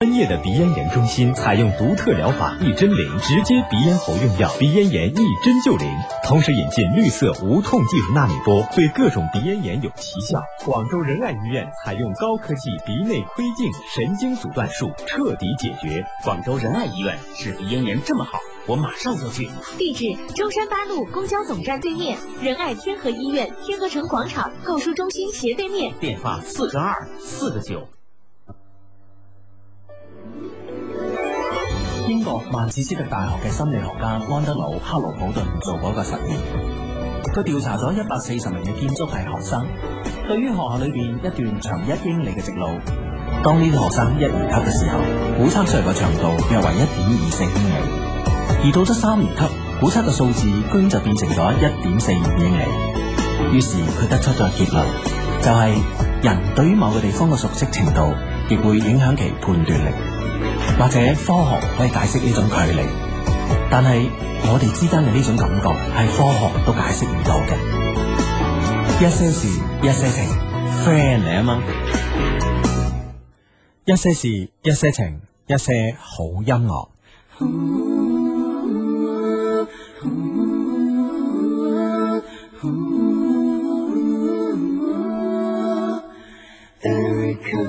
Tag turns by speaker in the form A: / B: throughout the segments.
A: 专业的鼻咽炎中心采用独特疗法一针灵，直接鼻咽喉用药，鼻咽炎一针就灵。同时引进绿色无痛技术纳米波，对各种鼻咽炎有奇效。广州仁爱医院采用高科技鼻内窥镜神经阻断术，彻底解决。
B: 广州仁爱医院治鼻咽炎这么好，我马上就去。
C: 地址：中山八路公交总站对面，仁爱天河医院天河城广场购书中心斜对面。
B: 电话：四个二，四个九。英國曼徹斯特大學嘅心理學家安德魯克魯普頓做過一個實驗，佢調查咗一百四十名嘅建築系學生，對於學校裏邊一段長一英里嘅直路，當呢啲學生一年級嘅時候，估測出嚟嘅長度約為一點二四英里，而到咗三年級，估測嘅數字居然就變成咗一點四五英里。於是佢得出咗結論，就係、是、人對於某個地方嘅熟悉程度，亦會影響其判斷力。或者科學可以解釋呢種距離，但係我哋之間嘅呢種感覺係科學都解釋唔到嘅。一些事，一些情，friend 嚟啊嘛！
D: 一些事，一些情，一些好音樂。Oh,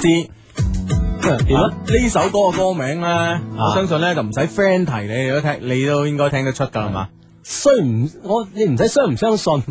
E: 知。如果呢首歌嘅歌名咧，我相信咧就唔使 friend 提你，你都聽，你都應該聽得出㗎係嘛？
F: 雖唔我你唔使相唔相 信，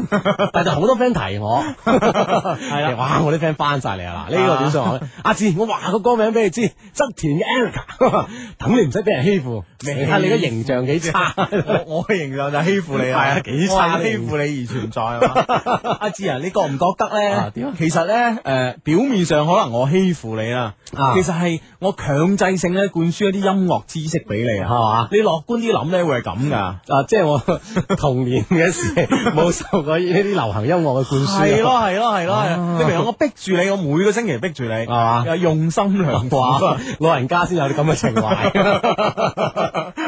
F: 但係就好多 friend 提 我，係啦，哇！我啲 friend 翻晒嚟啊！嗱，呢個短信我，阿志，我話個歌名俾你知，側田嘅 Erica，等 你唔使俾人欺負。你睇你個形象幾差，
E: 我我嘅形象就欺負你
F: 係啊幾差
E: 我係欺負你而存在啊嘛。 阿志啊，你覺唔覺得咧
F: 啊？點啊
E: 其實咧，誒、表面上可能我欺負你啦，
F: 啊
E: 其實係我強制性咧灌輸一啲音樂知識俾你啊，
F: 係嘛？
E: 你樂觀啲諗咧，會係咁㗎。
F: 啊，即係我 童年 嘅時冇受過呢啲流行音樂嘅灌輸。
E: 係咯，係咯係咯，係咯
F: 啊
E: 你明唔明我逼住你，我每個星期逼住你，係
F: 嘛
E: 又用心良苦啊。
F: 哇！老人家先有啲咁嘅情 懷，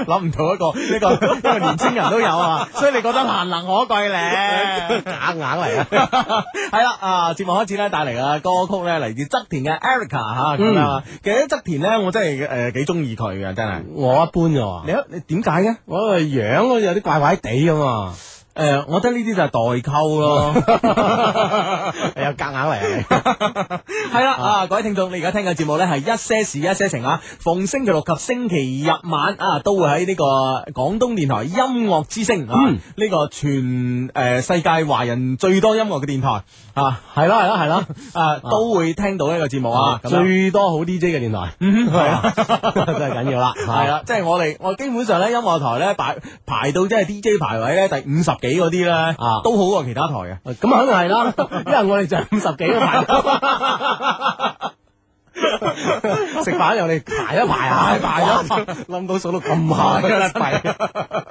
E: 谂唔到一個呢個，因為年青人都有啊，所以你覺得難能可貴 咧。
F: 假硬嚟啊！
E: 係啦，啊，節目開始咧帶嚟嘅歌曲咧嚟自側田嘅 Erica
F: 嗯
E: 吓咁啊，其實側田咧我真係诶幾中意佢嘅，真係。
F: 我一般嘅喎，
E: 你你點解嘅？
F: 我個樣都有啲怪怪地咁啊！
E: 诶、我覺得呢啲就係代溝咯。
F: 你又夾硬嚟啊
E: 係啦，啊，各位聽眾，你而家聽嘅節目呢係一些事一些情啊，逢星期六及星期日晚啊，都會喺呢個廣東電台音樂之聲啊，
F: 嗯
E: 呢、個全誒、呃世界華人最多音樂嘅電台啊，係啦係啦係啦，啊都會聽到呢個節目
F: 你！
E: 啊
F: 哇，，
E: 咁樣
F: 最多好 DJ 嘅電台，
E: 嗯
F: 係 啊，真係緊要 啦，
E: 係啦，即係我哋我基本上咧音樂台咧排排到即係 DJ 排位咧第五十幾嗰啲咧，
F: 啊
E: 都好過其他台嘅。
F: 咁肯定係啦， 因為我哋就係五十幾個排， 食飯又哋排一排啊，排咗，諗到數到咁下嘅啦，弊，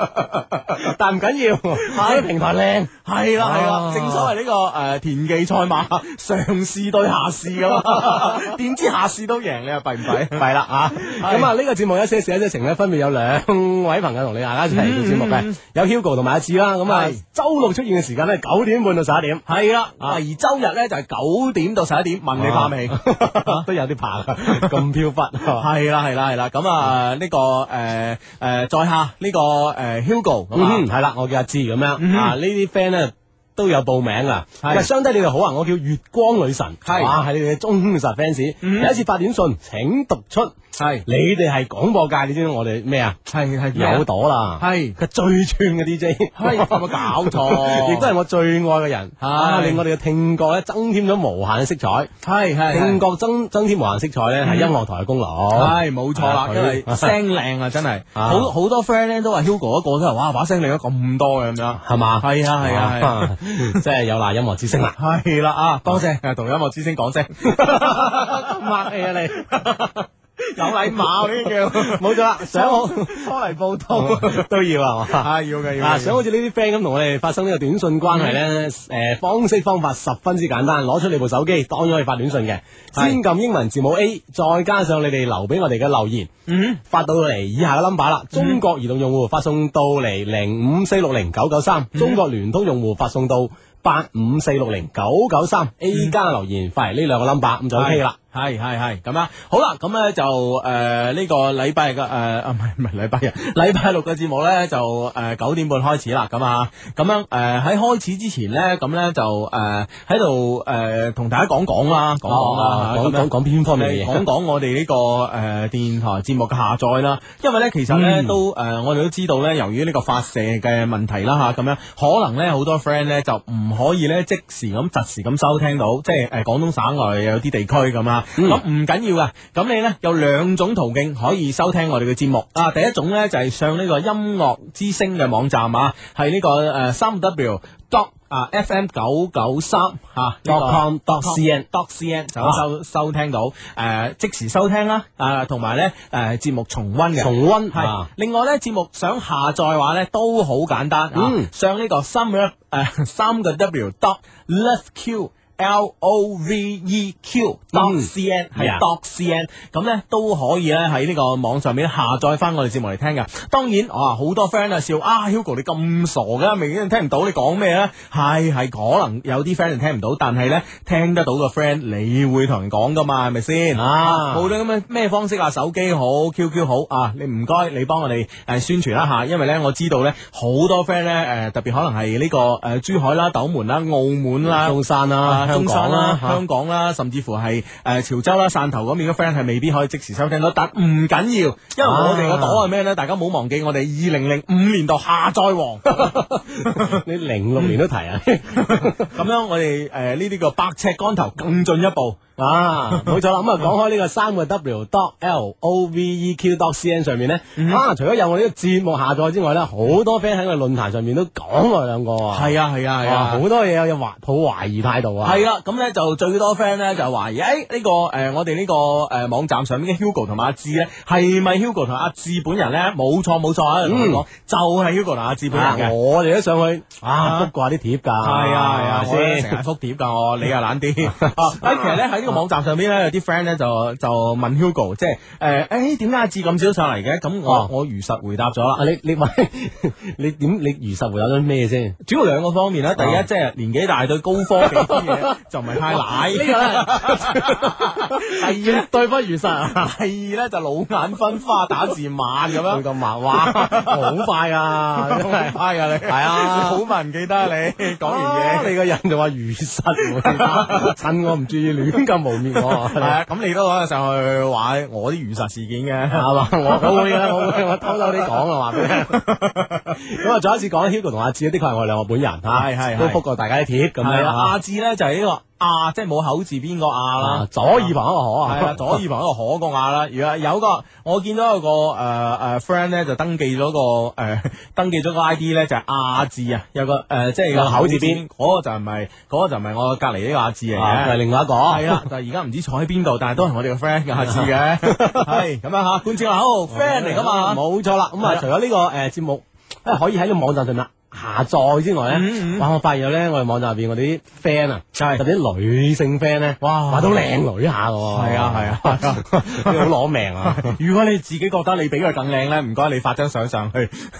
F: 但唔緊要，呢個平台靚，
E: 系啦系啦
F: 啊，
E: 正所謂呢個诶田忌賽馬， 上士對下士咁 嘛，點知下士都贏，你話弊唔弊？
F: 弊啦啊！
E: 係
F: 咁啊，呢個節目一些事一些情咧，分別有兩位朋友同你大家一齊做節目
E: 嗯
F: 嘅，有 Hugo 同埋阿志啦。咁啊
E: 係，
F: 周六出現嘅時間咧，九點半到十一點。
E: 係啦，
F: 啊
E: 而周日咧就係九點到十一點，問你怕未？
F: 都有啲 怕啦，咁飄忽係嘛嗯
E: 係啦係啦係啦，咁啊呢個诶诶在下呢個诶 Hugo 咁啊
F: 嗯，。係啦，我叫阿志咁樣
E: 嗯哼
F: 啊，呢啲 friend 咧。都有報名啊！
E: 係
F: 喂，相低你哋好啊！我叫月光女神，
E: 係
F: 哇，係你哋嘅忠實 fans。
E: 嗯
F: 第一次發短信，請讀出。
E: 係
F: 你哋係廣播界，你知唔知我哋咩啊？
E: 係係
F: 有朵啦，
E: 係
F: 佢最串嘅 DJ，
E: 係有冇搞錯？
F: 亦都係我最愛嘅人，
E: 係
F: 啊，令我哋嘅聽覺咧增添咗無限嘅色彩。
E: 係係
F: 聽
E: 係
F: 覺增增添無限色彩咧，係音樂台嘅功勞。
E: 係冇錯啦，
F: 啊
E: 因為
F: 佢
E: 聲靚啊，真係
F: 啊
E: 好好多 friend 咧都話 Hugo 一個都係哇把聲靚咗咁多嘅咁樣。
F: 係嘛？
E: 係啊係啊係啊。
F: 啊，即係有賴音樂之聲啦。
E: 系啦啊，多谢啊同音樂之星講 聲，
F: 咁客氣啊你，
E: 有禮貌呢啲叫，
F: 冇咗啦，想好
E: 拖泥報道，
F: 都要啊係嘛。
E: 啊嗯要嘅要
F: 啊！
E: 嘅，
F: 想好似呢啲 friend 咁同我哋發生呢個短信關係咧，誒方式方法十分之簡單，攞出你部手機，當然可以發短信嘅。
E: 係
F: 先撳英文字母 A，再加上你哋留俾我哋嘅留言，
E: 嗯
F: 發到嚟以下嘅 number 啦。中國移動用戶發送到嚟零五四六零九九三，
E: 嗯
F: 中國聯通用戶發送到八五四六零九九三。A 加留言發嚟呢兩個 number 咁就 OK 啦。
E: 嗯係，系系系咁啊，好啦，咁咧就诶呢個禮拜嘅诶啊唔係唔係禮拜日， 禮拜六嘅節目咧就诶九點半開始啦，咁啊咁樣诶喺開始之前咧，咁咧就诶喺度诶同大家講講啦，講講啦，
F: 哦講
E: 咁樣
F: 講講邊方面
E: 嚟
F: 嘅嘢？
E: 講講我哋呢、個誒、呃、電台節目嘅下載啦，因為咧其實咧、
F: 嗯
E: 都誒、呃我哋都知道咧，由於呢個發射嘅問題啦嚇，咁樣可能咧好多 friend 咧就唔可以咧即時咁實時咁收聽到，即係誒、呃、廣東省外有啲地區咁啊，
F: 嗯
E: 咁唔緊要嘅，咁你咧有兩種途徑可以收聽我哋嘅節目啊，第一種咧就係、上呢個音樂之聲嘅網站啊，係呢、個誒三 W dot 啊 FM 九九三嚇呢個
F: dot 啊 com dot cn
E: dot cn 就可以收收聽到，誒、呃即時收聽啦，啊同埋咧誒節目重温嘅。
F: 重温
E: 係
F: 啊，
E: 另外咧節目想下載嘅話咧都好簡單啊，
F: 嗯
E: 上呢個三個誒三個 W dot love q。L O V E Q dot
F: 嗯
E: C N 係
F: 呀
E: dot C N，咁咧都可以咧喺呢個網上面下載翻我哋節目嚟聽嘅。當然，啊好多 friend 啊笑啊 Hugo 你咁傻嘅，明顯聽唔到你講咩咧？係係可能有啲 friend 聽唔到，但係咧聽得到嘅 friend 你會同人講噶嘛，係咪先
F: 啊
E: 無論咁嘅咩方式啊，手機好，QQ 好啊，你唔該你幫我哋誒宣傳一下，因為咧我知道咧好多 friend 咧誒特別可能係呢、個誒、呃珠海啦、斗門啦、澳門啦。
F: 中山啦，啊
E: 啦、
F: 香
E: 中
F: 港
E: 山
F: 啦
E: 啦、
F: 嚇
E: 香港啦，甚至乎係诶潮州啦、汕頭嗰邊嘅 friend 係未必可以即時收聽到，但唔緊要，因為我哋個檔係咩咧？大家唔好忘記我哋二零零五年度下載王。
F: 你零六年都提啊，
E: 嗯 咁樣我哋诶呢啲個百尺竿頭更進一步。嗯
F: 啊， 冇錯啦。咁啊，講開呢個三個 W dot L O V E Q dot C N 上面咧，
E: 嗯
F: 啊，除咗有我呢個節目下載之外咧，好多 friend 喺個論壇上面都講我哋兩個啊，
E: 係啊係啊係
F: 哇
E: 啊，
F: 好多嘢有懷抱懷疑態度啊，
E: 系啦，咁咧就最多 friend 咧就懷疑，诶、呢、個誒我哋呢、個誒網站上面嘅 Hugo 同埋阿志咧，係咪 Hugo 同阿志本人咧？冇錯冇錯啊，同
F: 嗯
E: 你講就係 Hugo 同阿志本
F: 啊
E: 人嘅。
F: 我哋都上去啊，
E: 啊
F: 覆掛啲貼㗎，
E: 係啊係啊，
F: 係咪
E: 我成日覆碟㗎 我，你又懶啲。啊哎其實咧喺呢個網站上邊咧，有啲 friend 咧就就問 Hugo，即係誒誒點解阿志咁少上嚟嘅？咁
F: 哦
E: 我我如實回答咗啦
F: 啊！。你你喂， 你點你如實回答咗咩先？
E: 主要兩個方面啦，第
F: 啊
E: 一即係年紀大對高科技 啲嘢就唔係太奶。
F: 係絕對不如實啊！
E: 第二啊咧就老眼昏花打字慢咁樣。
F: 佢咁慢，哇，好快 啊！真係
E: 快啊你，系
F: 啊
E: 好文記得啊你講
F: 啊
E: 完嘢。
F: 你個人就話如實 喎，趁我唔注意亂咁污蔑我，
E: 系啊，咁你都可以上去話我啲如實事件嘅，
F: 係嘛？我我會嘅，我會，我偷偷啲講啊，話俾 你聽。咁啊，再一次講 Hugo 同阿志，的確係我哋兩個本人嚇，
E: 係係係
F: 都覆過大家啲貼咁
E: 係
F: 樣
E: 啦
F: 啊
E: 阿志咧就係呢個亞，即係冇口字邊個亞
F: 啊
E: 啦，。
F: 左耳旁一個可啊，
E: 係啦，左耳旁一個可個亞啦。如果有個我見到有個诶诶 friend 咧就登記咗個诶 登記咗個 ID 咧就係亞字啊，有個诶即係
F: 有個口字邊，
E: 嗰個就唔係嗰個就唔係我隔離呢個亞字嚟
F: 啊，
E: 嘅
F: 就係。另外一個。
E: 系啦，但系而家唔知坐喺邊度，但係都係我哋嘅 friend 嘅，下次 嘅，係咁樣吓，冠照口 friend 嚟噶嘛，
F: 冇錯啦。咁啊，
E: 係啊
F: 除咗呢個誒節目，誒可以喺個網站上面下載之外咧，
E: 嗯嗯
F: 哇！我發現咧，我哋網站入邊我哋啲 friend 啊，
E: 係
F: 特別啲女性 friend 咧，
E: 哇
F: 哇都靚女下嘅喎。
E: 係啊
F: 係 啊，好攞命啊！
E: 如果你自己覺得你比佢更靚咧，唔該你發張相上去，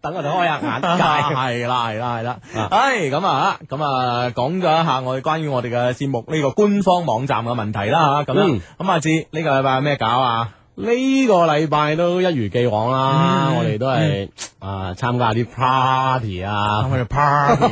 F: 等我哋開下眼界。
E: 係啦係啦係啦
F: 啊，
E: 唉咁啊咁啊講咗一下我哋關於我哋嘅節目呢個官方網站嘅問題啦吓，咁樣
F: 嗯
E: 咁阿志呢個禮拜有咩搞啊？
F: 呢個禮拜都一如既往啦，
E: 嗯
F: 我哋都係
E: À,
F: 啊參加啲 party 啊，
E: 哋 party，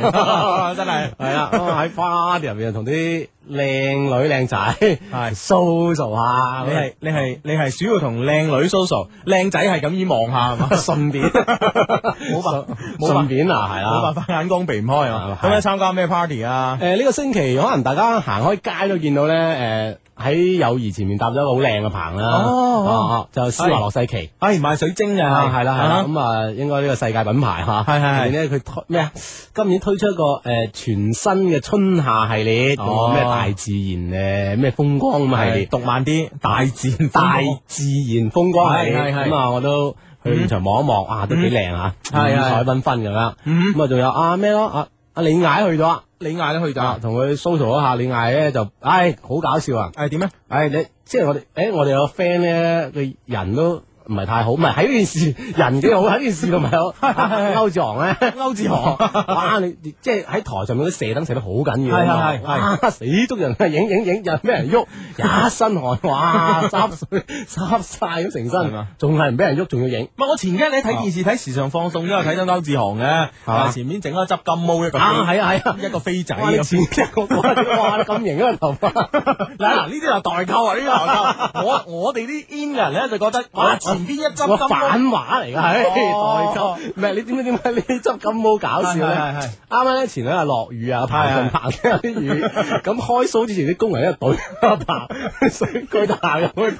E: 真係
F: 係啦，
E: ờ,
F: 喺 party 入邊同啲靚女靚仔 係 social 下，？
E: 你係你係你係主要同靚女 social，靚仔係咁依望下係嘛
F: 順便
E: 冇辦冇辦
F: 順便啊，係
E: 冇辦
F: 啦。
E: 法，眼光避唔開
F: à.
E: 啊！咁樣參加咩 party 啊？
F: 誒呢個星期可能大家行開街都見到咧，誒喺友誼前面搭咗一個好靚嘅棚
E: À,
F: 啦，
E: 哦
F: 哦，就施華洛世奇。
E: 哎，賣水晶
F: 啊，
E: 啊，
F: 係啦係啦，咁啊，應該呢個世界品牌嚇，
E: 係係係
F: 入面咧佢推咩啊？今年推出一個誒全新嘅春夏系列，
E: 哦
F: 咩大自然誒咩風光咁嘅系列，
E: 讀慢啲，大戰
F: 大自然風光系列，
E: 係係係嗯
F: 咁啊我都去現場望一望，啊都幾靚嚇，
E: 係係
F: 五彩繽紛咁樣，
E: 嗯，
F: 咁啊仲有啊咩咯啊啊李艾去咗啊。
E: 你嗌都去
F: 啊
E: 咋？，
F: 同佢 social 一下，李艾咧就，唉，好搞笑啊！
E: 誒點咧？
F: 唉，你即係我哋，诶，我哋有個 friend 咧，佢人都唔係太好，唔係喺呢件事人幾好，喺呢件事同埋有 歐志航咧，
E: 歐志航
F: 哇！你你即係喺台上面啲射燈射得好緊要啊
E: 係係係
F: 嘛，哇！死足人啊，影影影，又俾人 喐，一身汗，哇！濕水濕晒咁成
E: 係
F: 身
E: 嘛，
F: 仲係唔俾人喐，仲要影，啊
E: 唔係我前幾日你睇電視睇時尚放送，都有睇到歐志航嘅，
F: 嘛
E: 啊前面整咗執金毛一個飛，
F: 啊，係啊係 啊！
E: 一個飛仔
F: 哇！你
E: 咁。
F: 前哇！你咁型啊個頭髮，
E: 嗱嗱，呢啲就代購啊，呢啲 代購。我我哋啲 in 人咧就覺得，哇，前邊一執
F: 我
E: 金毛啊
F: 反話嚟㗎，係
E: 哦
F: 代購。唔係你點解點解呢執金毛搞笑
E: 係
F: 咧
E: 係係？
F: 啱啱咧前兩日落雨啊，棚上棚都有啲雨，咁開 show 之前啲工人喺度懟棚，水巨大入去，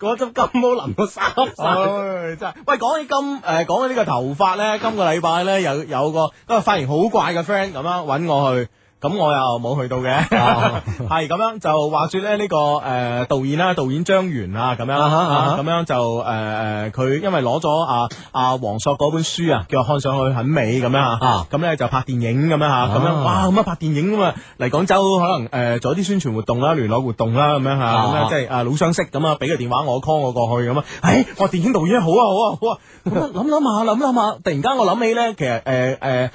F: 嗰執金毛淋到濕
E: 哦
F: 晒。
E: 唉，真係喂，講起今诶，讲起呢個頭髮咧，今個禮拜咧有有個個髮型好怪嘅 friend 咁樣揾我去，咁我又冇去到嘅，
F: 哦
E: 係咁樣就話说咧呢個诶导演啦，導演張元啊咁樣
F: 啊哈啊
E: 啊
F: 哈
E: 咁樣就诶诶佢因為攞咗啊啊黃索嗰本書啊，叫《看上去很美》咁樣
F: 啊
E: 啊，咁咧就拍電影咁樣吓，咁樣哇咁啊拍電影咁啊嚟廣州可能诶做一啲宣傳活動啦、聯絡活動啦咁樣吓，咁
F: 啊
E: 樣即係。啊老相識咁啊，俾個電話我 call 我過去咁啊， 唉，我電影導演好啊好啊好啊，咁啊諗諗下諗諗下，突然間我諗起咧，其實誒誒啊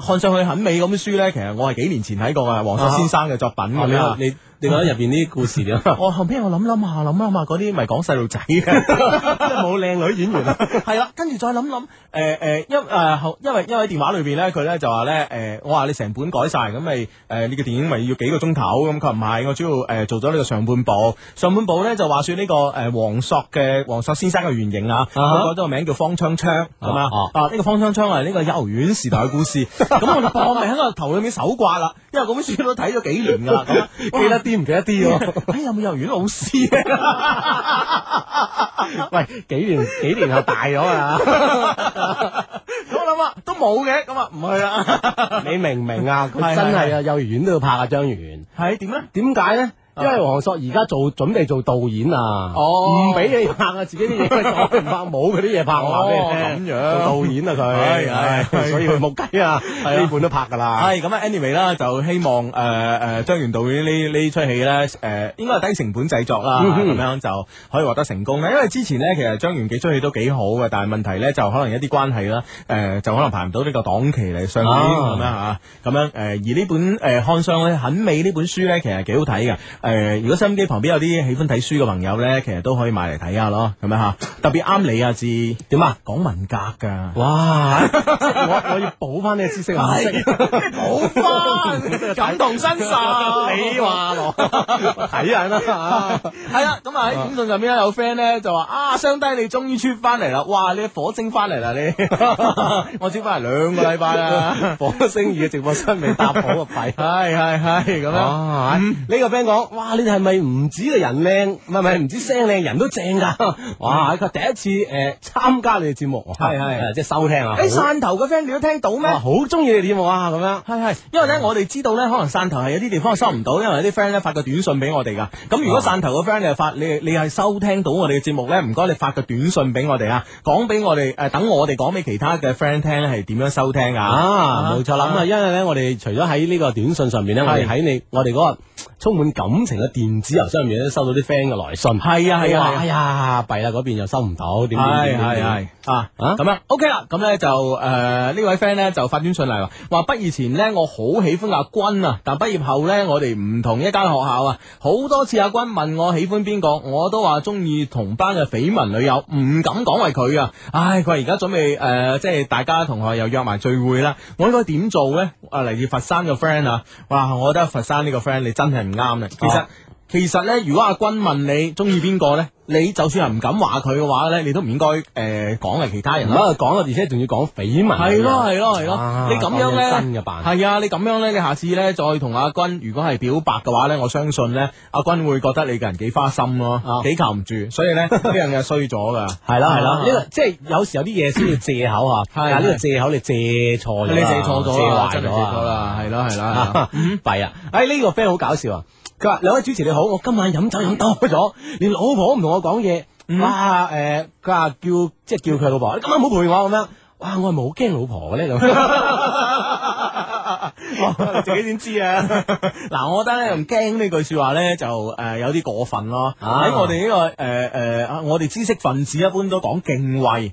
E: 誒看上去很美咁本書咧，其實我係幾年前睇過嘅，黃索先生嘅作品咁
F: 啊
E: 樣。
F: 你你你覺得入邊啲故事點啊？
E: 我後尾我諗諗下諗諗下，嗰啲咪講細路仔 嘅，即係冇靚女演員啊。係啦，跟住再諗諗，誒誒，因誒後因為因為電話裏邊咧，佢咧就話咧誒，我話你成本改晒，咁咪誒呢個電影咪要幾個鐘頭咁，佢話唔係，我主要誒做咗呢個上半部，上半部咧就話説呢個誒黃索嘅黃索先生嘅原型啊，佢改咗個名叫方昌昌咁啊，啊呢個方昌昌係呢個幼兒園時代嘅故 事，咁我就搏命喺個頭裏面搜刮啦，因為嗰本書都睇咗幾年㗎啦，咁啊
F: 記得啲唔記得啲喎？
E: 哎，有冇幼兒園老師啊？
F: 喂，幾年幾年後大咗啊？
E: 我諗啊，都冇嘅，咁啊唔去啦。
F: 你明唔明啊？佢
E: 係
F: 真係
E: 係
F: 啊，幼兒園都要拍啊，張元。
E: 係點咧？
F: 點解咧？
E: 啊
F: 因為黃索而家做準備做導演啊，
E: 哦
F: 唔俾你拍啊，自己啲 嘢佢唔拍，冇佢啲嘢拍，我話俾你
E: 哦咁
F: 聽，
E: 樣
F: 做導演啊佢，
E: 係係
F: 係 所以佢冇計啊，
E: 係啊
F: 呢本都拍噶啦，
E: 係咁啊，anyway 啦，就希望誒誒張元導演呢呢出戲咧誒，應該係低成本製作啦，
F: 嗯
E: 咁
F: 哼
E: 樣就可以獲得成功咧。因為之前咧，其實張元幾出戲都幾好嘅，但係問題咧就可能一啲關係啦，誒就可能排唔到呢個檔期嚟上映咁樣嚇，咁樣誒而呢本誒看上咧很美呢本書咧，其實幾好睇嘅。誒如果收音機旁邊有啲喜歡睇書嘅朋友咧，其實都可以買嚟睇下咯，咁樣嚇，特別啱你啊，至點啊講文革㗎。
F: 哇！即係我我要補翻呢個知識啊，
E: 係冇 翻，感同身受。
F: 你話咯，睇下啦，
E: 係啦，咁啊喺短信上面咧有 friend 咧就話啊，雙低你終於出翻嚟啦，哇，你火星翻嚟啦 你，我招翻嚟兩個禮拜啦，
F: 火星二嘅直播室未搭好個弊。
E: 係係係咁嗯樣。
F: 啊！呢個 friend 講，哇！你哋係咪唔止個人靚，唔係唔係唔止聲靚，人都正 噶？哇！佢第一次誒參加你哋節目，
E: 係係
F: 誒即係收聽啊！
E: 誒，
F: 好
E: 汕頭嘅 friend 你都聽到咩？
F: 哇，好中意你哋節目啊！咁樣
E: 係係，因為咧，我哋知道咧，可能汕頭係有啲地方收唔到，因為有啲 friend 咧發個短信俾我哋噶。咁如果
F: 啊
E: 汕頭嘅 friend 你係發你你係收聽到我哋嘅節目咧，唔該你發個短信俾我哋啊，講俾我哋誒、呃等我哋講俾其他嘅 friend 聽咧係點樣收聽啊。
F: 啊，冇錯啦。咁啊，因為咧，我哋除咗喺呢個短信上面咧，我哋
E: 係
F: 喺你我哋嗰個充滿感情嘅電子郵箱入面都收到啲 friend 嘅來信。
E: 係啊係啊
F: 話哎呀，弊啦，嗰邊又收唔到，點點
E: 係
F: 點點
E: 係
F: 點
E: 係啊
F: 啊
E: 咁樣 OK 啦，咁咧就誒呢位 friend 咧就發短信嚟話，話畢業前咧我好喜歡阿君啊，但畢業後咧我哋唔同一間學校啊，好多次阿君問我喜歡邊個，我都話中意同班嘅緋聞女友，唔敢講為佢啊，唉佢話而家準備誒、呃即係大家同學又約埋聚會啦，我應該點做咧？啊嚟自佛山嘅 friend 啊，哇我覺得佛山呢個 friend 你真係唔啱啦，其實。
F: 哦
E: 其實咧，如果阿君問你中意邊個咧，你就算係唔敢話佢嘅話咧，你都唔應該誒講嚟其他人
F: 唔
E: 啦。
F: 好喺度講啊，而且仲要講緋聞。
E: 係咯係咯係咯
F: 啊，
E: 你咁樣
F: 講緊真
E: 咧，
F: 嘅辦法
E: 係啊，你咁樣咧，你下次咧再同阿君如果係表白嘅話咧，我相信咧，阿君會覺得你個人幾花心咯，幾靠唔住，所以咧呢樣嘢衰咗噶。
F: 系啦系啦，
E: 啊
F: 呢個即係有時有啲嘢先要借口啊，但係呢個借口你借錯咗哦啦，
E: 你借錯咗啦，
F: 借
E: 真係借錯
F: 壞咗啊啦，
E: 啦，係 啦係啦。
F: 啊弊啊！哎呢個 friend 好搞笑啊，佢話兩位主持你好，我今晚飲酒飲多咗，連老婆唔同我講嘢，
E: 嗯
F: 哇誒佢話叫即係叫佢老婆，你今晚唔好陪我咁樣，哇我係冇驚老婆嘅 咧咁，
E: 自己先知啊！嗱，我覺得咧用驚呢句說話咧就誒、呃有啲過分咯。喺、
F: 啊
E: 哎我哋 呢、個誒誒、呃，我哋知識分子一般都講敬 畏，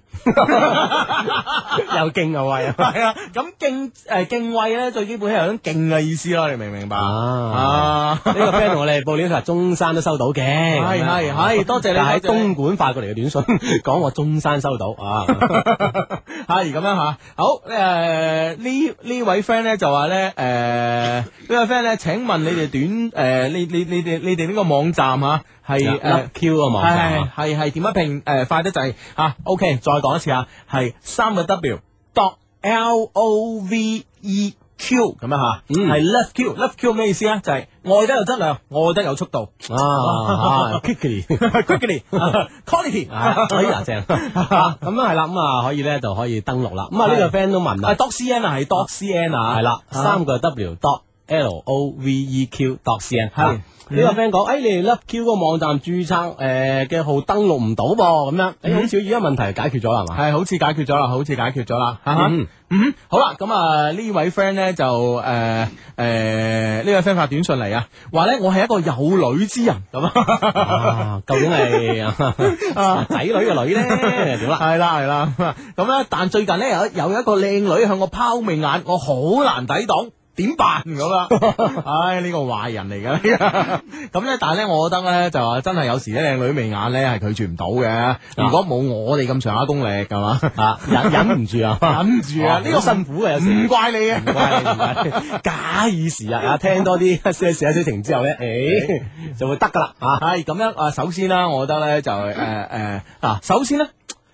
F: 又勁又威啊！
E: 係啊。咁敬誒、呃敬畏咧，最基本係有種敬嘅意思咯。你明唔明白？
F: 啊！
E: 啊，
F: 呢個 friend 同我哋報料，佢話中山都收到嘅，啊
E: 係係係，多謝你
F: 但喺
E: 多謝你
F: 東莞發過嚟嘅短信， 講我中山收到啊。
E: 係咁樣吓，好誒呢呢位 friend 咧就話咧誒呢位 friend 咧，請問你哋短誒你你你哋你哋呢個網站吓係誒
F: Q 啊
E: 係
F: 嘛，
E: 係係點樣拼？誒、快得滯嚇。OK，再講一次啊，係三個 W dot L O V E Q 咁樣嚇，
F: 嗯
E: 係 Love Q。Love Q 咩意思啊？就係愛得有質量，愛得有速度
F: 啊 quickly。
E: ，quickly quality
F: 啊，哎 呀正，啊咁啊係啦，咁啊可以咧就可以登錄啦。咁啊呢個 friend 都問
E: 啊
F: 啦，
E: ，dot C N 啊，係 dot C N 啊，
F: 係啦，
E: 啊
F: 三個 W dot L O V E Q dot C N 啊嗯
E: 係
F: 係。呢個 friend 講，哎誒你哋 Love Q 嗰個網站註冊誒嘅號登錄唔到噃，咁樣，誒好似而家問題解決咗啦，係嘛？
E: 係好似解決咗啦，好似解決咗啦，哈哈
F: 嗯
E: 嗯，好啦，咁啊呢位 friend 咧就誒誒呢位 friend 發短信嚟啊，話咧我係一個有女之人咁啊。
F: 啊究竟係 啊仔女嘅女咧，點啦？
E: 系啦系 啦，咁咧，但最近咧有有一個靚女向我拋媚眼，我好難抵擋。点办咁啊？唉，呢個壞人嚟嘅。 呢個咁咧，但係咧，我覺得咧就話真係有時咧，靚女媚眼咧係拒絕唔到嘅。如果冇我哋咁上下功力，係嘛？
F: 啊，忍忍唔住啊，
E: 忍唔住啊，呢個
F: 好辛苦嘅有時。
E: 唔怪你啊
F: 唔。怪你唔怪你假以時 日啊，聽多啲一些事一些情之後咧，誒就會得噶啦啊！
E: 啊，系咁樣啊。首先啦，我覺得咧就诶诶嗱，首先咧。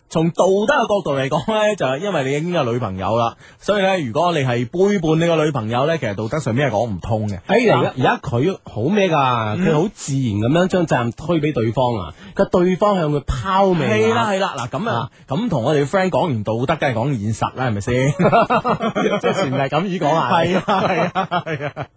E: 從道德嘅角度嚟講咧，就係因為你已經有女朋友啦，所以咧，如果你係背叛你個女朋友咧，其實道德上面係講唔通嘅。啊
F: 哎，而家而家佢好咩噶？
E: 嗯
F: 啊佢好自然咁樣將責任推俾對方啊，個對方向佢拋啊媚眼
E: 係啦係啦，嗱咁啊，咁同我哋 friend 講完道德，梗係講現實啦，係咪先？
F: 即係前提咁意講啊，
E: 係啊係啊係啊。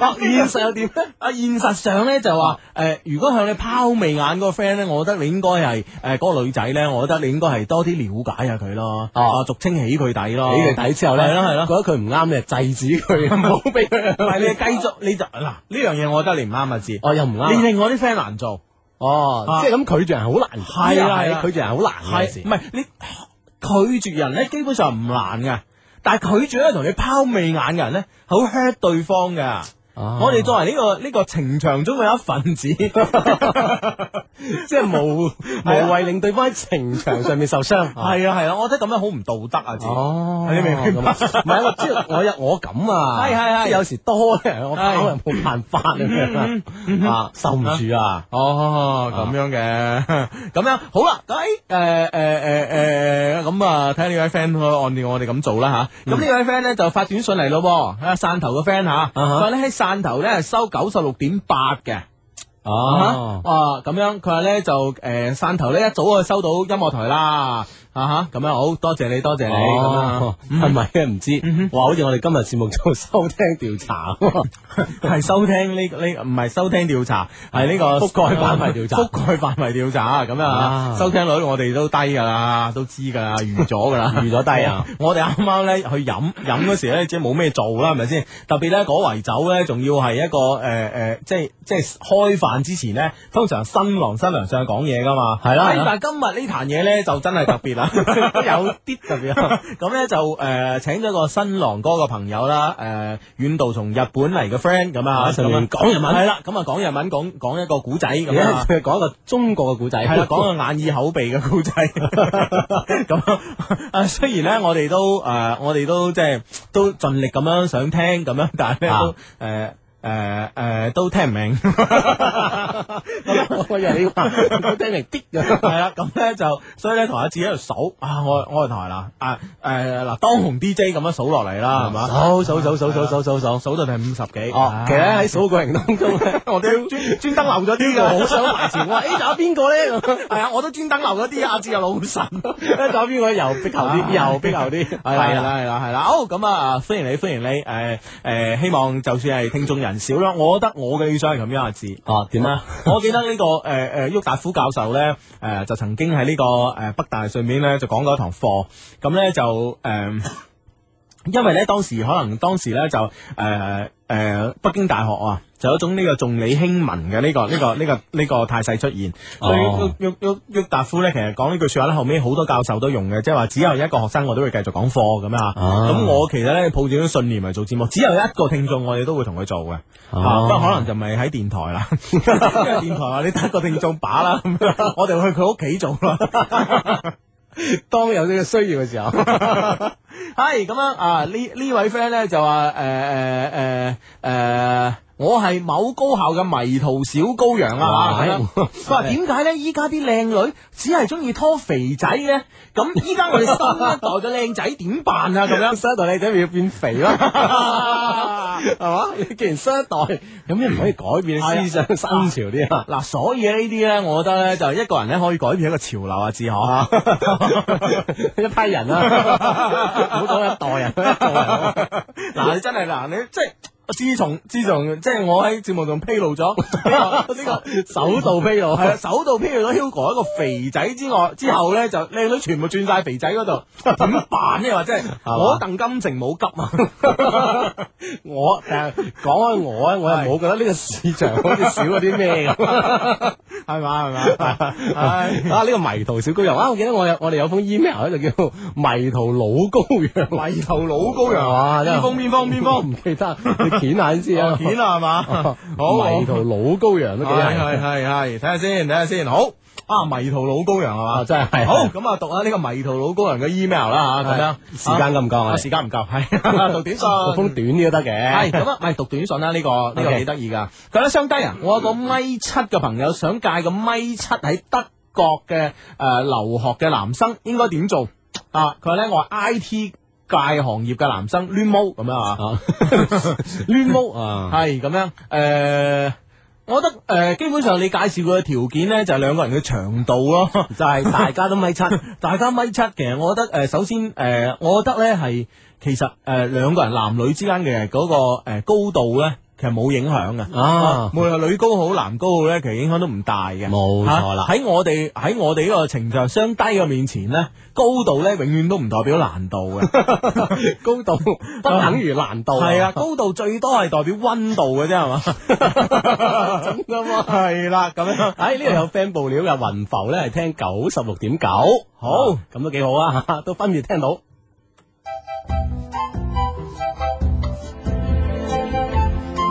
E: 哦，現實又點咧？啊，現實上咧就話誒、如果向你拋媚眼嗰個 friend 咧，我覺得你應該係誒嗰個女仔咧，我覺得你應該係多啲了解下佢咯，
F: 哦
E: 啊，俗稱起佢底咯，
F: 俾佢睇之後咧，
E: 係咯係咯
F: 覺得佢唔啱，你就制止佢，唔好俾佢。
E: 唔係你繼續你就嗱呢樣嘢，我覺得你唔啱啊，志。
F: 哦，又唔
E: 你
F: 啱。
E: 令我啲 friend 難做，
F: 哦
E: 啊，
F: 即係咁拒絕人好難，
E: 係啊係啊
F: 拒絕人好難嘅事
E: 唔。係你拒絕人咧，基本上唔難嘅。但係拒絕咧同你拋媚眼嘅人咧，好 hurt 對方㗎。
F: 我
E: 我哋作為呢、個呢、個情場中嘅一份子，
F: 即係 啊無無謂令對方喺情場上面受 傷。
E: 係啊係啊，我覺得咁樣好唔道德啊！志
F: 哦，
E: 你明唔明
F: 咁啊唔係我即係 我有我咁啊，
E: 係係係
F: 即有時多咧，我跑又冇辦法咁
E: 嗯嗯
F: 樣啊，受唔住啊，
E: 哦，咁樣嘅， 咁樣好啦，咁誒誒誒誒，咁啊，睇下呢位 friend 可按照我哋咁做啦吓。咁呢位 friend 咧就發短信嚟咯嗯喎，啊嗯汕頭嘅 friend 吓，佢話咧喺汕頭咧收九十六點八嘅。啊
F: 哦，
E: 啊咁樣，佢話咧就誒汕頭咧一早就收到音樂台啦，啊嚇咁樣好多謝你，多謝你咁樣
F: 哦，係咪啊？唔知
E: 嗯哼，
F: 哇，好似我哋今日節目做收聽調查喎，
E: 係收聽呢呢唔係收聽調查，係呢個
F: 覆蓋範圍調查
E: 覆蓋範圍調查咁
F: 啊
E: 啊，收聽率我哋都低㗎啦，都知㗎啦，預咗㗎啦，
F: 預咗低啊！
E: 我哋啱啱咧去飲飲嗰時咧，即係冇咩做啦，係咪先？特別咧嗰圍酒咧，仲要係一個誒誒、呃呃即係即係開飯之前咧，通常新郎新娘上去講嘢噶嘛，係
F: 啦係啦
E: 但係今日呢壇嘢咧就真係特別啦， 有啲特別啊啦。 咁咧就誒、呃、請咗個新郎哥嘅朋友啦，誒、呃遠道從日本嚟嘅 friend 咁啊，
F: 順便
E: 講日文係啦，咁啊講日文講講一個古仔
F: 而
E: 咁
F: 家
E: 啊。
F: 佢講一個中國嘅古仔，
E: 系啦，講個眼耳口鼻嘅故仔。 咁啊， 雖然咧我哋都诶、呃我哋都即係都盡力咁樣想聽咁樣，但係咧
F: 啊
E: 都诶诶诶都聽唔明。
F: 我以為你話我聽嚟啲嘅，
E: 係啦，咁咧就所以咧同阿志喺度數啊，我我台啦啊诶嗱，當紅 DJ 咁樣數落嚟啦，係嘛？
F: 嗯數數數數數數數數。
E: 數到第五十幾。啊
F: 哦，其實咧喺數過程當中咧，
E: 我都專專登漏咗啲㗎，
F: 我好 想埋前，我話誒仲有邊個 咧？
E: 係啊，我都專登漏咗啲阿志嘅老 神。
F: 左邊個又逼後啲，又逼後 啲，
E: 系啦，系啦，系啦，系啦。好，咁啊，歡迎你，歡迎你。诶、诶、希望就算係聽眾人少啦，我覺得我嘅預想係咁樣阿志。
F: 哦，點啊？？
E: 我記得呢、個誒誒沃達夫教授咧，誒、就曾經喺呢、個誒、北大上面咧就講過一堂課，咁咧就誒、 因為咧當時可能當時咧就誒誒、北京大學啊，就有一種呢個重理輕文嘅呢、個呢、個呢、個呢、個態勢出現，所以沃
F: 哦
E: 沃沃沃達夫咧其實講呢句説話咧，後尾好多教授都用嘅，即係話只有一個學生我都會繼續講課咁樣啊。
F: 哦
E: 咁我其實咧抱住呢種信念嚟做節目，只有一個聽眾我哋都會同佢做嘅。
F: 哦
E: 啊，不過可能就唔係喺電台啦， 因為電台話你得一個聽眾把啦，咁樣我哋去佢屋企做啦。
F: 當有呢個需要嘅時 候，
E: 係咁樣啊，呢呢位 friend 咧就話誒呃誒誒誒。呃我係某高校嘅迷途小羔羊啊！
F: 哇哎
E: 咁樣佢話點解咧？依家啲靚女只係中意拖肥仔嘅，咁依家我哋新一代嘅靚仔點辦啊？咁樣
F: 新一代靚仔咪要變肥 咯，係嘛？你既然新一代，有咩唔可以改變
E: 係啊
F: 你思想新潮啲啊？
E: 嗱，所以呢啲咧，我覺得咧，就一個人咧可以改變一個潮流啊，志可。
F: 哦一批 人啦，唔好講一代啊人啦，一代人啦
E: 嗱，你真係嗱，你即係。自從自從即係我喺節目上披露咗呢個呢個
F: 首度披露
E: 係啊，首度披露咗 Hugo 一個肥仔之 外之後咧，就靚女全部轉晒肥仔嗰 度，點辦呢？話真係
F: 嘛
E: 我鄧金城冇急啊！
F: 啊我但係講開我咧，我又冇覺得呢個市場好似少咗啲咩咁。
E: 係嘛 係嘛，唉。
F: 啊！呢個迷途小羔羊啊，我記得我有我哋有封 email 喺度叫迷途老羔羊，
E: 迷途老羔羊
F: 哇！真係
E: 邊封邊封邊
F: 我
E: 封
F: 唔記得，你掀下先知
E: 哦啊
F: 啊！
E: 件 啦係嘛， 好好
F: 迷途老 羔羊都幾
E: 係
F: 係
E: 係係係，睇下先睇下先，好啊迷途老羔羊係嘛
F: 啊！，真係
E: 好咁啊讀下呢個迷途老羔羊嘅 email 啦吓，咁樣
F: 時間夠唔夠
E: 啊
F: 啊？
E: 時間唔夠，係讀短
F: 讀
E: 信
F: 封。短啲都得
E: 系
F: 嘅。
E: 咁啊，唔系读短信啦，呢、個个呢、個
F: OK 嗯
E: 幾得意噶。佢咧相低啊，我有個米七嘅朋友想戒個米七喺德國嘅诶留學嘅男生，應該點做啊？佢話咧我係 I T 界行業嘅男生，攣毛咁樣啊，
F: 啊，亂毛啊，
E: 係咁樣诶。我覺得誒、呃基本上你介紹佢嘅條件咧，就係、兩個人嘅長度咯， 就係大家都米 七，大家米七。其實我覺得誒、呃首先誒、呃我覺得咧係其實誒、呃、兩個人男女之間嘅嗰、個、呃、高度咧，其實冇影響嘅。
F: 啊，
E: 無論女高好男高好咧，其實影響都唔大嘅。
F: 冇錯啦
E: 嚇喺我哋喺我哋呢個情況相低嘅面前咧，高度咧永遠都唔代表難度嘅。
F: 高度不等於難度。
E: 係啊，，高度最多係代表温度嘅啫，係嘛？咁噶嘛？ 係啦，咁樣。
F: 喺哎呢度有 friend 報料嘅雲浮咧係聽九十六點九，好咁都幾好啊， 都分別聽 到。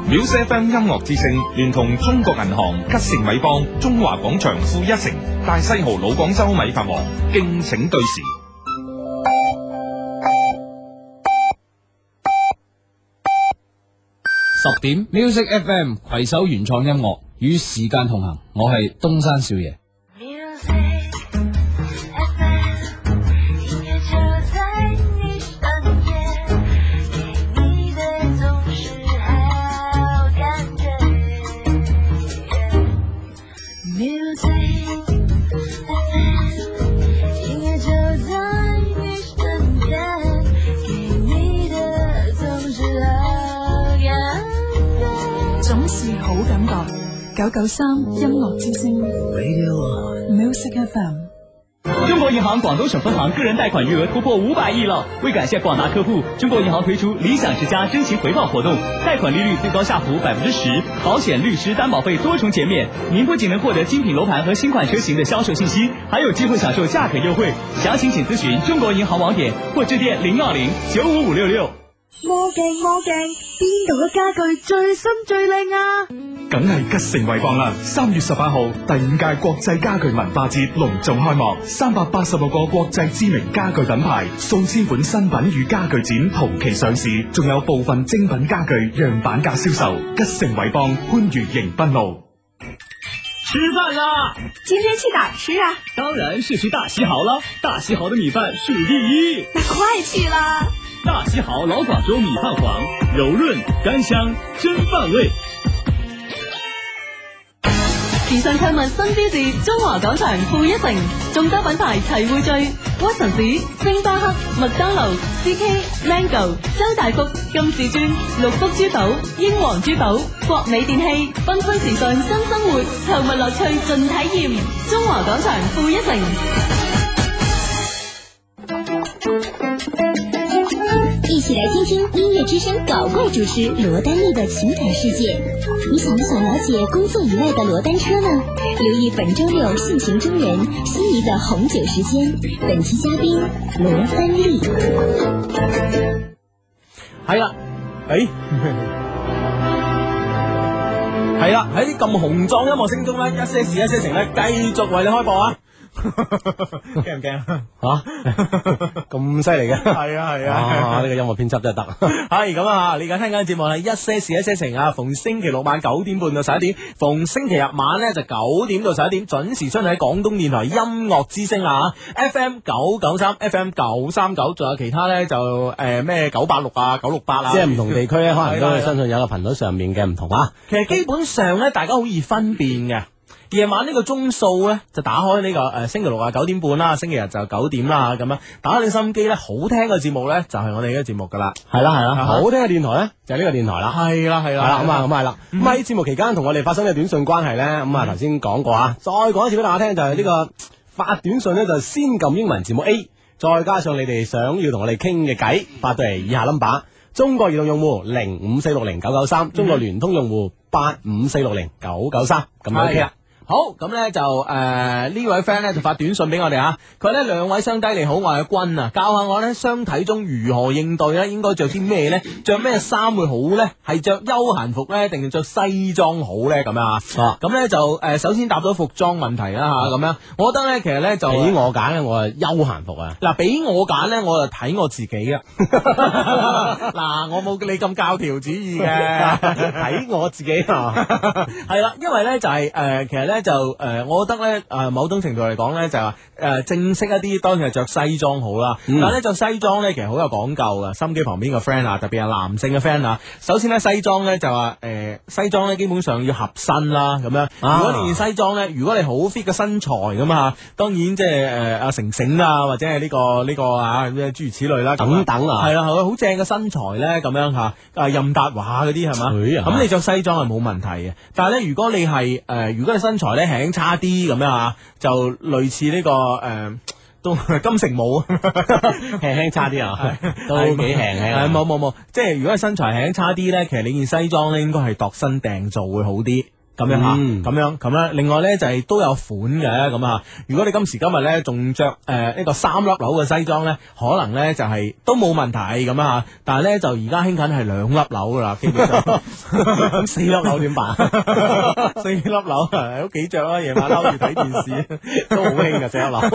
G: Music FM 音樂之聲聯同中國銀行、吉盛米邦、中華廣場負一城、大西豪老廣州米飯王敬請對時。
H: 十点 Music FM 携手原创音樂，與時間同行。我係東山少爺。
C: Music FM，音乐就在你身边，给你的总是好感觉。Music FM，音乐就在你身边，给你的总是好感觉。
I: 总是好感觉。九九三音乐之声，Music FM。
A: 中国银行广东省分行个人贷款余额突破五百亿了。为感谢广大客户，中国银行推出“理想之家”真情回报活动，贷款利率最高下浮百分之十，保险、律师、担保费多重减免。您不仅能获得精品楼盘和新款车型的销售信息，还有机会享受价格优惠。详情请咨询中国银行网点或致电零二零九五五六六。
C: 魔镜魔镜，边度嘅家具最新最靓啊？
G: 梗係吉盛惠邦啦！三月十八號，第五屆國際家具文化節隆重開幕，三百八十六個國際知名家具品牌、數千款新品與家具展同期上市，仲有部分精品家具樣板價銷售。吉盛惠邦番禺迎賓路。
A: 吃饭啦！
J: 今天去哪儿吃啊？
A: 当然是去大西豪啦！大西豪的米饭数第一。
J: 那快去啦！
A: 大西豪老广州米饭皇，柔润干香，真饭味。
K: 时尚购物新标誌，中華廣場負一城，眾多品牌齊匯聚，屈臣氏、星巴克、麥當勞、CK、Mango、周大福、金至尊、六福珠寶、英皇珠寶、國美電器，繽紛時尚新生活，購物樂趣盡體驗。中華廣場負一城，
J: 一起来听听音乐之声搞怪主持罗丹丽的情感世界。你想不想了解工作以外的罗丹车呢？留意本周六性情中人心仪的红酒时间，本期嘉宾罗丹丽。
E: 係啦，哎诶、係啦，喺啲咁雄壯音樂聲中咧，一些事一些情咧，繼續為你開播啊！ 驚唔驚啊？
F: 吓咁犀利嘅，
E: 係啊係
F: 啊呢個音樂編輯 真係得。
E: 系咁啊！你而家聽緊嘅節目係一些事一些情啊，逢星期六晚九點半到十一點，逢星期日晚咧就九點到十一點準時出現喺廣東電台音樂之聲啦吓，FM 九九三、FM 九三九，仲有其他咧就诶咩九八六啊、九六八啊，
F: 即係唔同地區咧，可能都
E: 係啦係
F: 係
E: 啦
F: 相信有個頻率上面嘅唔同啊。
E: 其實基本上咧，大家好易分辨嘅。夜晚呢個鐘數咧，就打開呢、個誒、呃星期六啊九點半啦，星期日就九點啦咁樣。打開你心機咧，好聽嘅節目咧就係、我哋嘅節目噶啦。
F: 係啦係啦，
E: 啊
F: 好聽嘅電台咧就係呢個電台啦。
E: 係啦係嗯
F: 係啦，咁啊，咁啊係啦。咁喺節目期間同我哋發生嘅短信關係咧，咁啊頭先講過
E: 嗯
F: 啊，再講一次俾大家聽，就係呢個發短信咧，就先撳英文字母 A，再加上你哋想要同我哋傾嘅偈，發到嚟以下 number。中國移動用戶
E: 嗯啊
F: 零五四六零九九三，中國聯通用戶八五四六零九九三，咁就 OK 啦。
E: 好，咁咧就誒、呃呢位 friend 咧就發短信俾我哋啊，佢咧兩位雙低你好，我係阿君啊，教下我咧相睇中如何應對咧，應該着啲咩咧？着咩衫會好咧？係着休閒服咧，定係着西裝好咧？咁樣啊？咁咧就誒、呃首先答咗服裝問題啦啊嚇，咁啊樣，我覺得咧其實咧就
F: 啊俾我揀咧，我係休閒服啊。
E: 嗱，俾我揀咧，我就睇我自己 啊。嗱，我冇你咁教條主義嘅，
F: 睇我自己啊，
E: 係啦，因為咧就係、诶，其實咧就诶，我覺得咧诶，某種程度嚟講咧就係話诶，正式一啲當然係着西裝好啦，
F: 嗯
E: 但係咧着西裝咧其實好有講究嘅。心機旁邊嘅 friend 啊，特別係男性嘅 friend 啊，首先咧西裝咧就話诶，西裝咧基本上要合身啦，咁樣。
F: 啊
E: 如果你件西裝咧，如果你好 fit 嘅身材咁啊，當然即係诶阿成成啊，或者係呢、個呢、個啊諸如此類啦，咁啊
F: 等等啊，
E: 系啦，好正嘅身材咧，咁樣吓，啊任達華嗰啲係嘛，
F: 佢啊
E: 咁你着西裝係冇問題嘅。但係咧，如果你係诶、呃如果你身材咧輕輕差啲咁樣啊，就類似呢、個个诶。都 金城武啊
F: 輕輕差啲啊，都幾輕輕
E: 係
F: 啊。
E: 冇冇冇，即係如果你身材輕輕差啲咧，其實你件西裝咧應該係度身訂造會好啲。咁樣吓，
F: 嗯
E: 咁樣咁啦。另外咧就係、都有款嘅咁啊。如果你今時今日咧仲着呃誒呢個三粒紐嘅西裝咧，可能咧就係、都冇問題咁啊。但係咧就而家興緊係兩粒紐噶啦，基本上咁四粒紐點辦？四粒紐啊喺屋企着啦，夜晚嬲住睇電視都好興噶，四粒紐。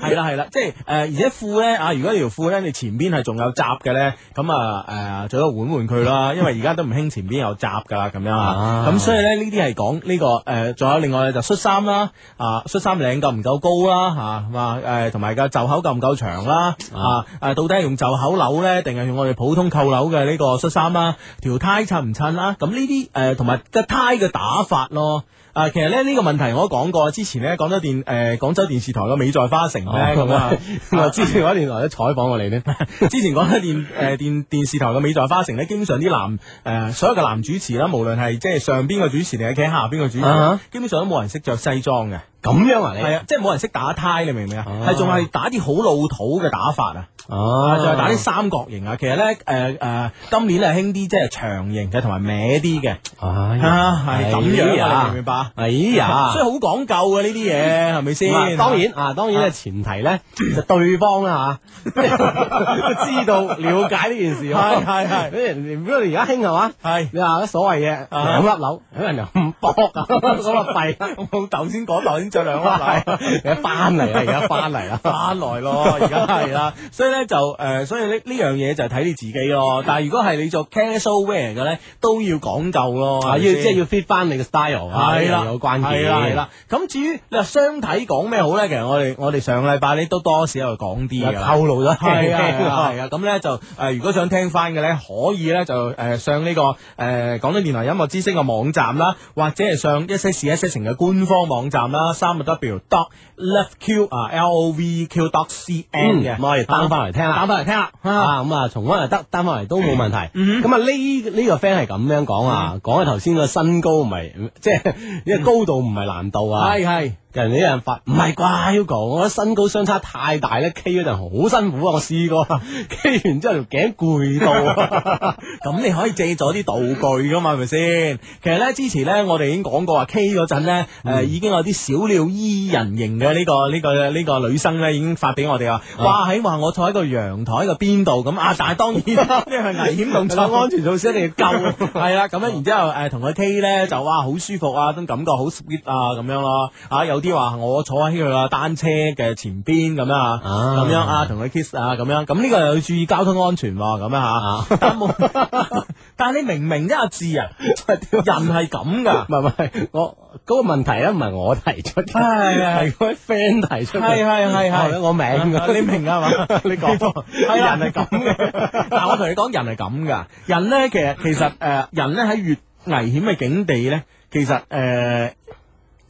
E: 係啦係啦，即係誒、呃而且褲咧啊，如果條褲咧你前邊係仲有閘嘅咧，咁啊誒最好換換佢啦，因為而家都唔興前邊有閘噶啦咁樣啊
F: 啊，
E: 咁所以咧呢啲係講呢個誒，仲、有另外就恤衫啦，啊恤衫領夠唔夠高啦嚇，啊誒同埋個袖口夠唔夠長啦，啊誒到底係用袖口紐咧，定係用我哋普通扣紐嘅呢個恤衫啦，條呔襯唔襯啦，咁呢啲誒同埋個呔嘅打法咯。啊，其實咧呢、個問題我都講過，之前咧廣州電誒、呃廣州電視台嘅美在花城咧咁啊，
F: 我 之前嗰年來都採訪我哋咧，
E: 之前講咧 電誒呃電電視台嘅美在花城咧，基本上啲男誒、呃所有嘅男主持啦，無論係即係上邊個主持定係企喺下邊個主持
F: 啊
E: 基本上都冇人識着西裝嘅。
F: 咁樣啊你
E: 係啊，即係冇人識打呔，你明唔明啊？
F: 哦
E: 係仲係打啲好老土嘅打法啊！
F: 哦
E: 啊，就係打啲三角形啊。其實咧，誒、誒、今年係興啲即係長形嘅，同埋歪啲嘅
F: 哎呀
E: 啊，係咁樣啊，
F: 哎呀
E: 你明唔明白啊？
F: 哎呀
E: 所以好講究嘅呢啲嘢，係咪先？
F: 咁啊當然啊，當然
E: 啊
F: 咧前提咧就對方啦嚇， 知道了解呢件事啊。
E: 係係係
F: 你人如果你而家興係嘛？
E: 係
F: 你話所謂嘅
E: 啊
F: 兩粒樓，有人就唔 搏啊，咁啊弊啦。
E: 我頭先講頭先着兩粒 奶。
F: 你翻嚟啦，而家翻嚟啦。
E: 翻來咯，而家係 啦，所以咧就誒、呃所以呢呢樣嘢就係睇你自己咯。但係如果係你做 casual wear 嘅咧，都要講究咯，
F: 啊，要
E: 係咪
F: 即
E: 先
F: 係要 fit 翻你嘅 style 啊，
E: 係啦，
F: 有關鍵
E: 係啦，係啦。咁至於你話相睇講咩好咧？其實我哋我哋上禮拜咧都多少有講啲嘅
F: 又
E: 啦。
F: 透露咗，
E: 係啊係 啊係啊，咁咧就誒、呃如果想聽翻嘅咧，可以咧就誒、呃上呢、個誒、呃、廣東電台音樂之聲嘅網站啦，或者係上一些事一些情嘅官方網站啦，三個 W dot loveq 啊 L O V Q dot C N
F: 嗯
E: 嘅，啊
F: 咁我哋 down 翻嚟聽啦
E: 打翻嚟聽啦。嗯啊
F: 啊，咁啊，重温又得，單翻嚟都冇問題。咁啊，呢呢個 friend 係咁樣講啊，講起頭先個身高唔係，即係 呢個高度唔係難度啊。
E: 係係
F: 人哋啲人發唔係啩，Hugo，我覺得身高相差太大咧，K 嗰陣好辛苦啊，我試過 K 完之後條頸攰到 啊，
E: 咁你可以借咗啲道具噶嘛，係咪先？其實咧之前咧，我哋已經講過話 K 嗰陣咧，誒、已經有啲小鳥依人形嘅呢、個呢、個呢、個女生咧，已經發俾我哋話，哇喺話我坐喺個陽台個邊度咁 啊，但係當然呢係危險動 作，
F: 安
E: 全措施一定要啊夠。 係啦，咁樣然之後誒同佢 K 咧就哇好舒服啊，種感覺好 sweet 啊咁樣咯，啊有啲話我坐喺佢個單車嘅前邊咁樣啊，咁樣啊同佢 kiss 啊咁樣，咁呢個又要注意交通安全喎，咁樣嚇。但 冇但係你明唔明啫阿志 啊，人係咁噶
F: 唔。係唔係，我嗰個問題
E: 啊
F: 咧唔係我提出嘅，
E: 係係
F: 係嗰位 friend 提出
E: 係
F: 嘅，
E: 係係係
F: 我名
E: 啊 你明啊嘛？
F: 你講
E: 係啊
F: 人係咁嘅。
E: 嗱，我同你講，人係咁噶，人咧其實其實誒、呃人咧喺越危險嘅境地咧，其實誒誒、呃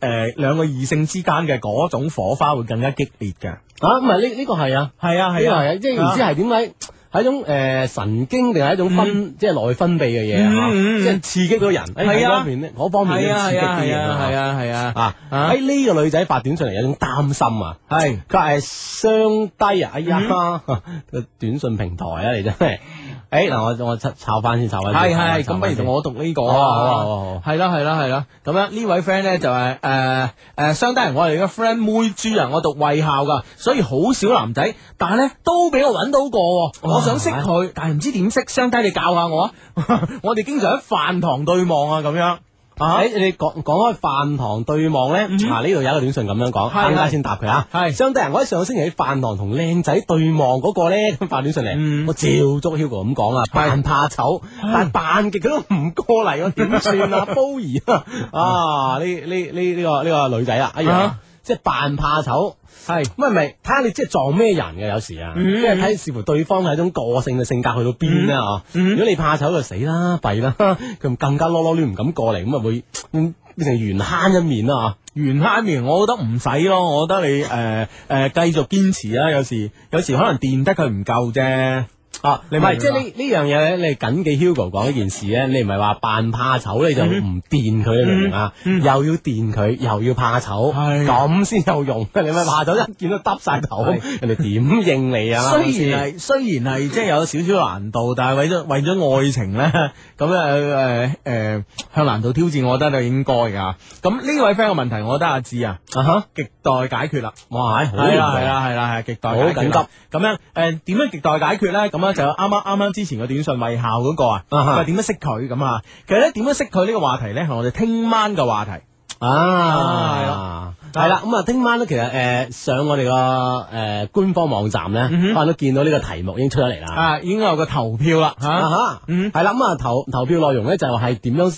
E: 呃、兩個異性之間嘅嗰種火花會更加激烈嘅。
F: 啊，唔係呢呢個係啊，
E: 係啊
F: 呢個係啊，即係唔知係點解係一種誒神經定係一種分即係內分泌嘅嘢啊，
E: 嗯嗯嗯
F: 即係刺激到人
E: 係
F: 喺
E: 啊
F: 嗰方面咧，嗰方面
E: 係
F: 咧
E: 啊
F: 刺激
E: 係啊係
F: 啲人
E: 啊係啊係啊
F: 啊！
E: 啊
F: 喺呢個女仔發短信嚟有種擔心啊，
E: 係嗯
F: 佢係雙低啊！哎呀，短信平台啊，你真係诶，嗱，我我抄翻先，抄翻
E: 系
F: 先。
E: 系，
F: 抄
E: 咁
F: 返
E: 不如
F: 先
E: 同我讀呢個
F: 好啊好啊好啊好
E: 啊，係啦係啦係啦。咁樣呢位 friend 咧就係诶诶，相當人我哋嘅 friend 妹豬人，我讀衛校噶，所以好少男仔，但係咧都俾我揾到過喎。我
F: 哦
E: 想識佢，但係唔知點識，相低你教下我啊！ 我哋經常喺飯堂對望啊，咁樣啊。嗯
F: 诶，你講講開飯堂對望咧，嗱呢度有一個短信咁樣講，
E: 係
F: 等家
E: 係
F: 先答佢啊。
E: 係
F: 相對人，我喺上星期喺飯堂同靚仔對望嗰個咧， 咁發短信
E: 嗯
F: 嚟，我照足 Hugo 咁講啊，扮怕醜，但扮極佢都唔過嚟，我點算 啊 b o y 啊，啊呢呢呢呢個呢個女仔啊，哎呀
E: 啊，
F: 即係扮怕醜。系，咁係咪睇下你即係撞咩人嘅有時啊，即
E: 嗯
F: 係睇視乎對方係一種個性嘅性格去到邊啦啊。
E: 嗯
F: 如果你怕醜就死啦，弊啦， 佢更加囉囉攣唔敢過嚟，咁啊會嗯變成圓慳一面啦啊。
E: 原拉面，我覺得唔使咯，我覺得你誒誒繼續堅持啦。有時有時可能電得佢唔夠啫。
F: 啊，你唔
E: 明唔
F: 係
E: 明
F: 即係呢呢樣嘢咧，你緊記 Hugo 講呢件事咧，你唔係話扮怕醜
E: 嗯
F: 你就唔電佢，你明唔明啊？又要電佢，又要怕醜，
E: 係
F: 咁先有用。你咪怕醜一見到耷晒頭，人哋點應你啊？
E: 雖
F: 係咪先
E: 然係雖然係即係有少少難度，但係為咗為咗愛情咧，咁誒誒誒向難度挑戰，我覺得就應該㗎。啊咁呢位 friend 嘅問題，我覺得阿志啊，
F: 啊哈，
E: 極待解決啦。
F: 哇，好
E: 係啦
F: 嚴重
E: 係啦係啦係極待
F: 好
E: 解決
F: 緊
E: 啦。咁樣誒點樣極待解決咧？咁啊樣就啱啱啱啱之前嘅短信衛校嗰個啊，
F: 啊哈
E: 話點樣識佢咁啊？其實咧點樣識佢呢個話題咧，係我哋聽晚嘅話題。
F: 啊，係啦，咁啊，聽晚咧，其實誒上我哋個誒官方網站咧，
E: 嗯哼
F: 可能都見到呢個題目已經出咗嚟啦。
E: 啊，已經有個投票啦
F: 啊
E: 嚇。
F: 哈，
E: 嗯
F: 係啦，咁啊投投票內容咧就係點樣誒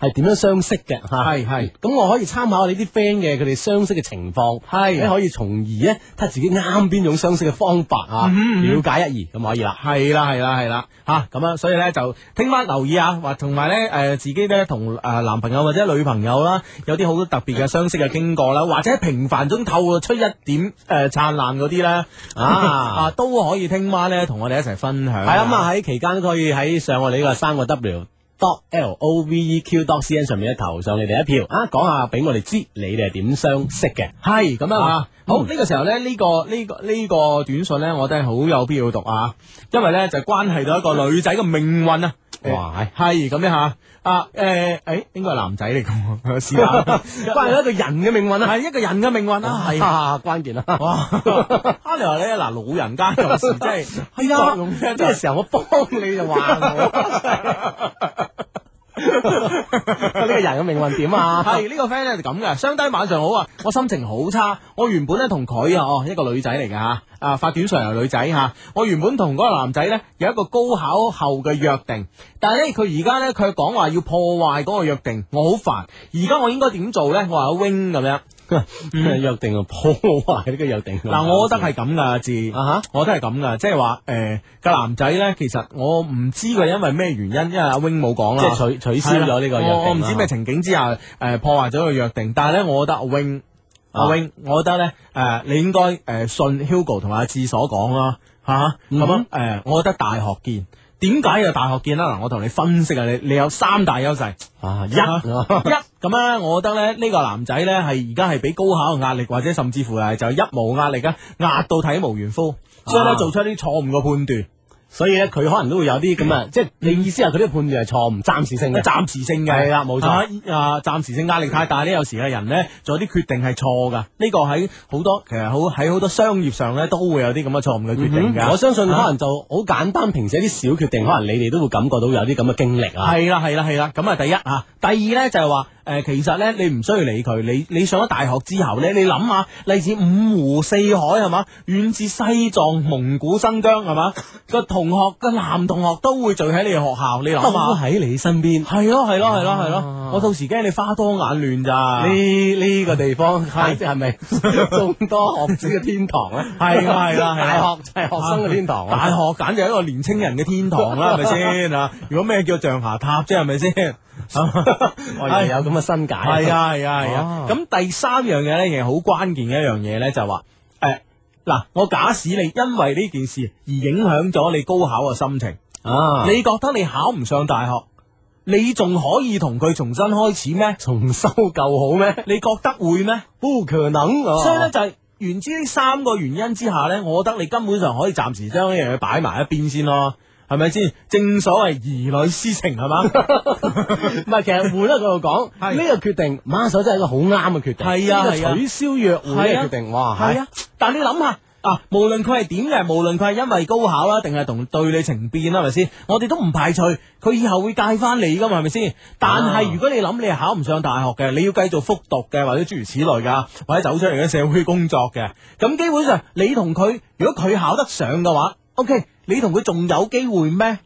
F: 係點樣相識嘅嚇，
E: 係係
F: 咁我可以參考你啲 friend 嘅佢哋相識嘅情況，
E: 係
F: 你可以從而咧睇下自己啱邊種相識嘅方法啊，
E: 嗯嗯嗯
F: 了解一二咁可以啦。
E: 系啦系啦系啦吓咁啊，所以咧就聽晚留意啊，或同埋咧诶自己咧同诶男朋友或者女朋友啦，有啲好特別嘅相識嘅經過啦，或者喺平凡中透出一點诶灿烂嗰啲咧啊 啊都可以聽晚咧同我哋一齊分享。
F: 係啦，咁啊喺期間都可以喺上我哋呢個三個 W。dot l o v e q dot c n 上面咧投上你哋一票啊，講下俾我哋知你哋係點相識嘅。
E: 係咁樣啊！
F: 嗯
E: 好呢、個時候咧，呢、個呢、個呢、個短信咧，我覺得係好有必要讀啊，因為咧就關係到一個女仔嘅命運啊！
F: 哇
E: 係咁樣吓啊诶诶、誒應該係男仔嚟 嘅喎，是但，關係到一個人嘅命運啊，係一個人嘅命運啊，係啊。
F: 啊，關鍵啦，
E: 哇！啊，你話咧嗱，老人家有時真 係係
F: 啊
E: 用
F: 呢個時候我幫你就話我，呢個人嘅命運點 啊？
E: 係呢個 friend 咧就咁嘅，相低晚上好啊，我心情好差，我原本咧同佢啊，哦一個女仔嚟嘅吓，啊發短信嚟嘅女仔吓，我原本同嗰個男仔咧有一個高考後嘅約定，但係咧佢而家咧佢講話要破壞嗰個約定，我好煩，而家我應該點做咧？我話阿 wing 咁樣，嗯
F: 约定啊，破壞呢個約定。
E: 嗱，我覺得係咁噶，志。
F: 啊
E: 我都係咁噶，即係話诶個男仔咧，其實我唔知佢因為咩原因，因為阿 wing 冇講
F: 吓，
E: 啦，
F: 即係取取消咗呢個約定
E: 係
F: 啊
E: 啦
F: 啦。
E: 我我唔知咩情景之下，诶、破壞咗個約定，但係咧，我覺得阿 wing，阿
F: 啊
E: wing，我覺得咧，诶、你應該诶、誒信 Hugo 同埋阿志所講啦，吓
F: 嗯
E: 咁樣诶、誒我覺得大學見。點解有大學見啦？嗱，我同你分析啊，你你有三大優勢。
F: 啊一
E: 啊
F: 啊
E: 一咁咧，我覺得咧呢個男仔咧係而家係俾高考嘅壓力，或者甚至乎係就一無壓力啊，壓到體無完膚，所以咧
F: 啊
E: 做出一啲錯誤嘅判斷。
F: 所以咧佢可能都會有啲 咁啊，即係你意思係佢啲判斷係錯誤，暫時性嘅。
E: 暫時性嘅
F: 係啦冇錯
E: 啊，暫時性壓力太大呢，有時嘅人呢，做啲決定係錯噶。呢個喺好多其實好喺好多商業上呢，都會有啲咁嘅錯誤嘅決定
F: 嗯
E: 㗎。
F: 我相信可能就好簡單，平時一啲小決定，可能你哋都會感覺到有啲咁嘅經歷啊。
E: 係啦係啦係啦，咁啊第一啊，第二咧就係話誒，其實咧你唔需要理佢，你你上咗大學之後咧，你諗下嚟自五湖四海係嘛，遠至西藏、蒙古、新疆係嘛，個同學個男同學都會聚喺你學校，你
F: 都
E: 諗下。
F: 喺你身邊。
E: 係咯係咯係咯係
F: 啊
E: 咯，我到時驚你花多眼亂咋。
F: 呢呢個地方係係 咪眾多學子嘅天堂咧？
E: 係啊係啊係啊
F: 大學就係學生嘅天堂
E: 大
F: 啊！
E: 學簡直係一個年青人嘅天堂啦，係咪先啊？如果咩叫象牙塔啫，係咪先？
F: 我哋有咁嘅新解。
E: 系，啊系啊系啊
F: 哦。
E: 咁、第三樣嘢咧，亦係好關鍵嘅一樣嘢咧，就係話诶嗱，我假使你因為呢件事而影響咗你高考嘅心情，
F: 啊，
E: 你覺得你考唔上大學，你仲可以同佢重新開始咩？
F: 重修舊好咩？
E: 你覺得會咩？
F: 不可能啊！
E: 所以咧就係源自呢三個原因之下咧，我覺得你根本上可以暫時將呢樣嘢擺埋一邊先咯。系咪先？正所谓儿女私情系嘛？
F: 唔係，其實換一個角度講，呢個決定馬手真係一個好啱嘅決定。
E: 係啊
F: 呢個
E: 係啊
F: 取消約會呢
E: 係
F: 個
E: 啊
F: 決定，哇！
E: 系啊，但系你谂下。啊，無論佢係點嘅，無論佢係因為高考啦，定係同對你情變啦，係咪先？我哋都唔排除佢以後會戒翻你噶嘛，係咪先？但係如果你諗你係考唔上大學嘅，你要繼續復讀嘅，或者諸如此類噶，或者走出嚟嘅社會工作嘅，咁基本上你同佢，如果佢考得上嘅話 o k 你同佢仲有機會咩？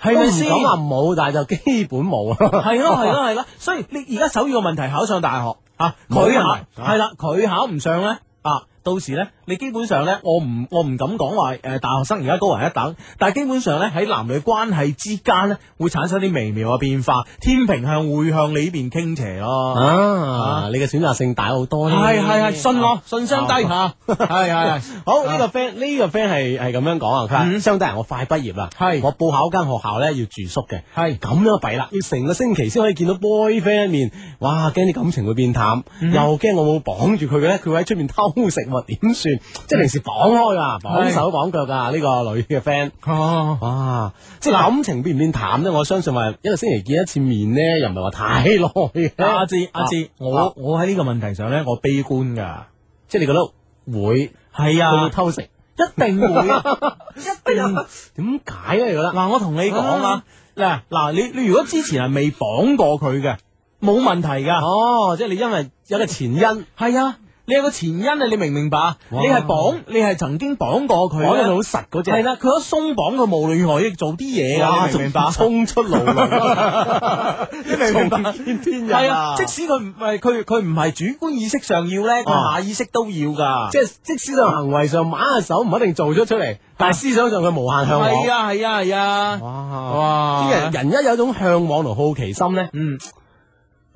E: 係咪先？
F: 都唔敢話冇，但係就基本冇啊。
E: 系 咯系咯系咯，所以你而家首要嘅問題考上大學啊，
F: 冇
E: 佢
F: 問
E: 考
F: 題
E: 係啦，佢考唔上咧啊，到時咧你基本上咧，我唔我唔敢講話诶，大學生而家高人一等，但係基本上咧喺男女關係之間咧會產生啲微妙嘅變化，天平向會向你呢邊傾斜咯。
F: 啊！你嘅選擇性大好多呢
E: 係係係，信我，信箱低吓，係係係。
F: 好呢個 friend 呢個 friend 係係咁樣講啊，佢話相低人我快畢業啦，係我報考間學校咧要住宿嘅，係咁樣弊啦，要成個星期先可以見到 boyfriend 一面，哇驚啲感情會變淡，又驚我冇綁住佢嘅咧，佢會喺出面偷食物點算？即係平時綁開啊，綁手綁腳噶呢個女嘅 friend，
E: 哦，
F: 哇！即係感情變唔變淡咧？我相信話一個星期見一次面咧，又唔係話太耐嘅。
E: 阿志阿志
F: 啊，
E: 我我喺呢個問題上咧，我悲觀㗎，
F: 即係你覺得會
E: 係
F: 佢會
E: 啊，
F: 偷食？
E: 一定 會。嗯
F: 一 定點解咧？你覺得？
E: 嗱，我同你講啊，嗱嗱，你你如果之前係未綁過佢嘅，冇問題噶。
F: 哦，即係你因為有個前因，綁
E: 係啊，你有個前因啊，你明唔明白啊？你係綁，你係曾經綁過佢
F: 得好
E: 呢。
F: 實嗰只，
E: 係啦，佢一鬆綁，佢無理可以做啲嘢
F: 哇
E: 噶，你明唔明白啊？
F: 衝出路來，
E: 你明唔明白？
F: 見天日
E: 係啊，即使佢唔係佢佢唔係主觀意識上要咧，佢
F: 啊
E: 下意識都要噶。
F: 即係即使在行為上馬下手唔一定做咗出嚟，但係思想上佢無限向往。
E: 係啊係啊係啊！
F: 哇！
E: 哇
F: 啲人人一有一種向往同好奇心咧，
E: 嗯，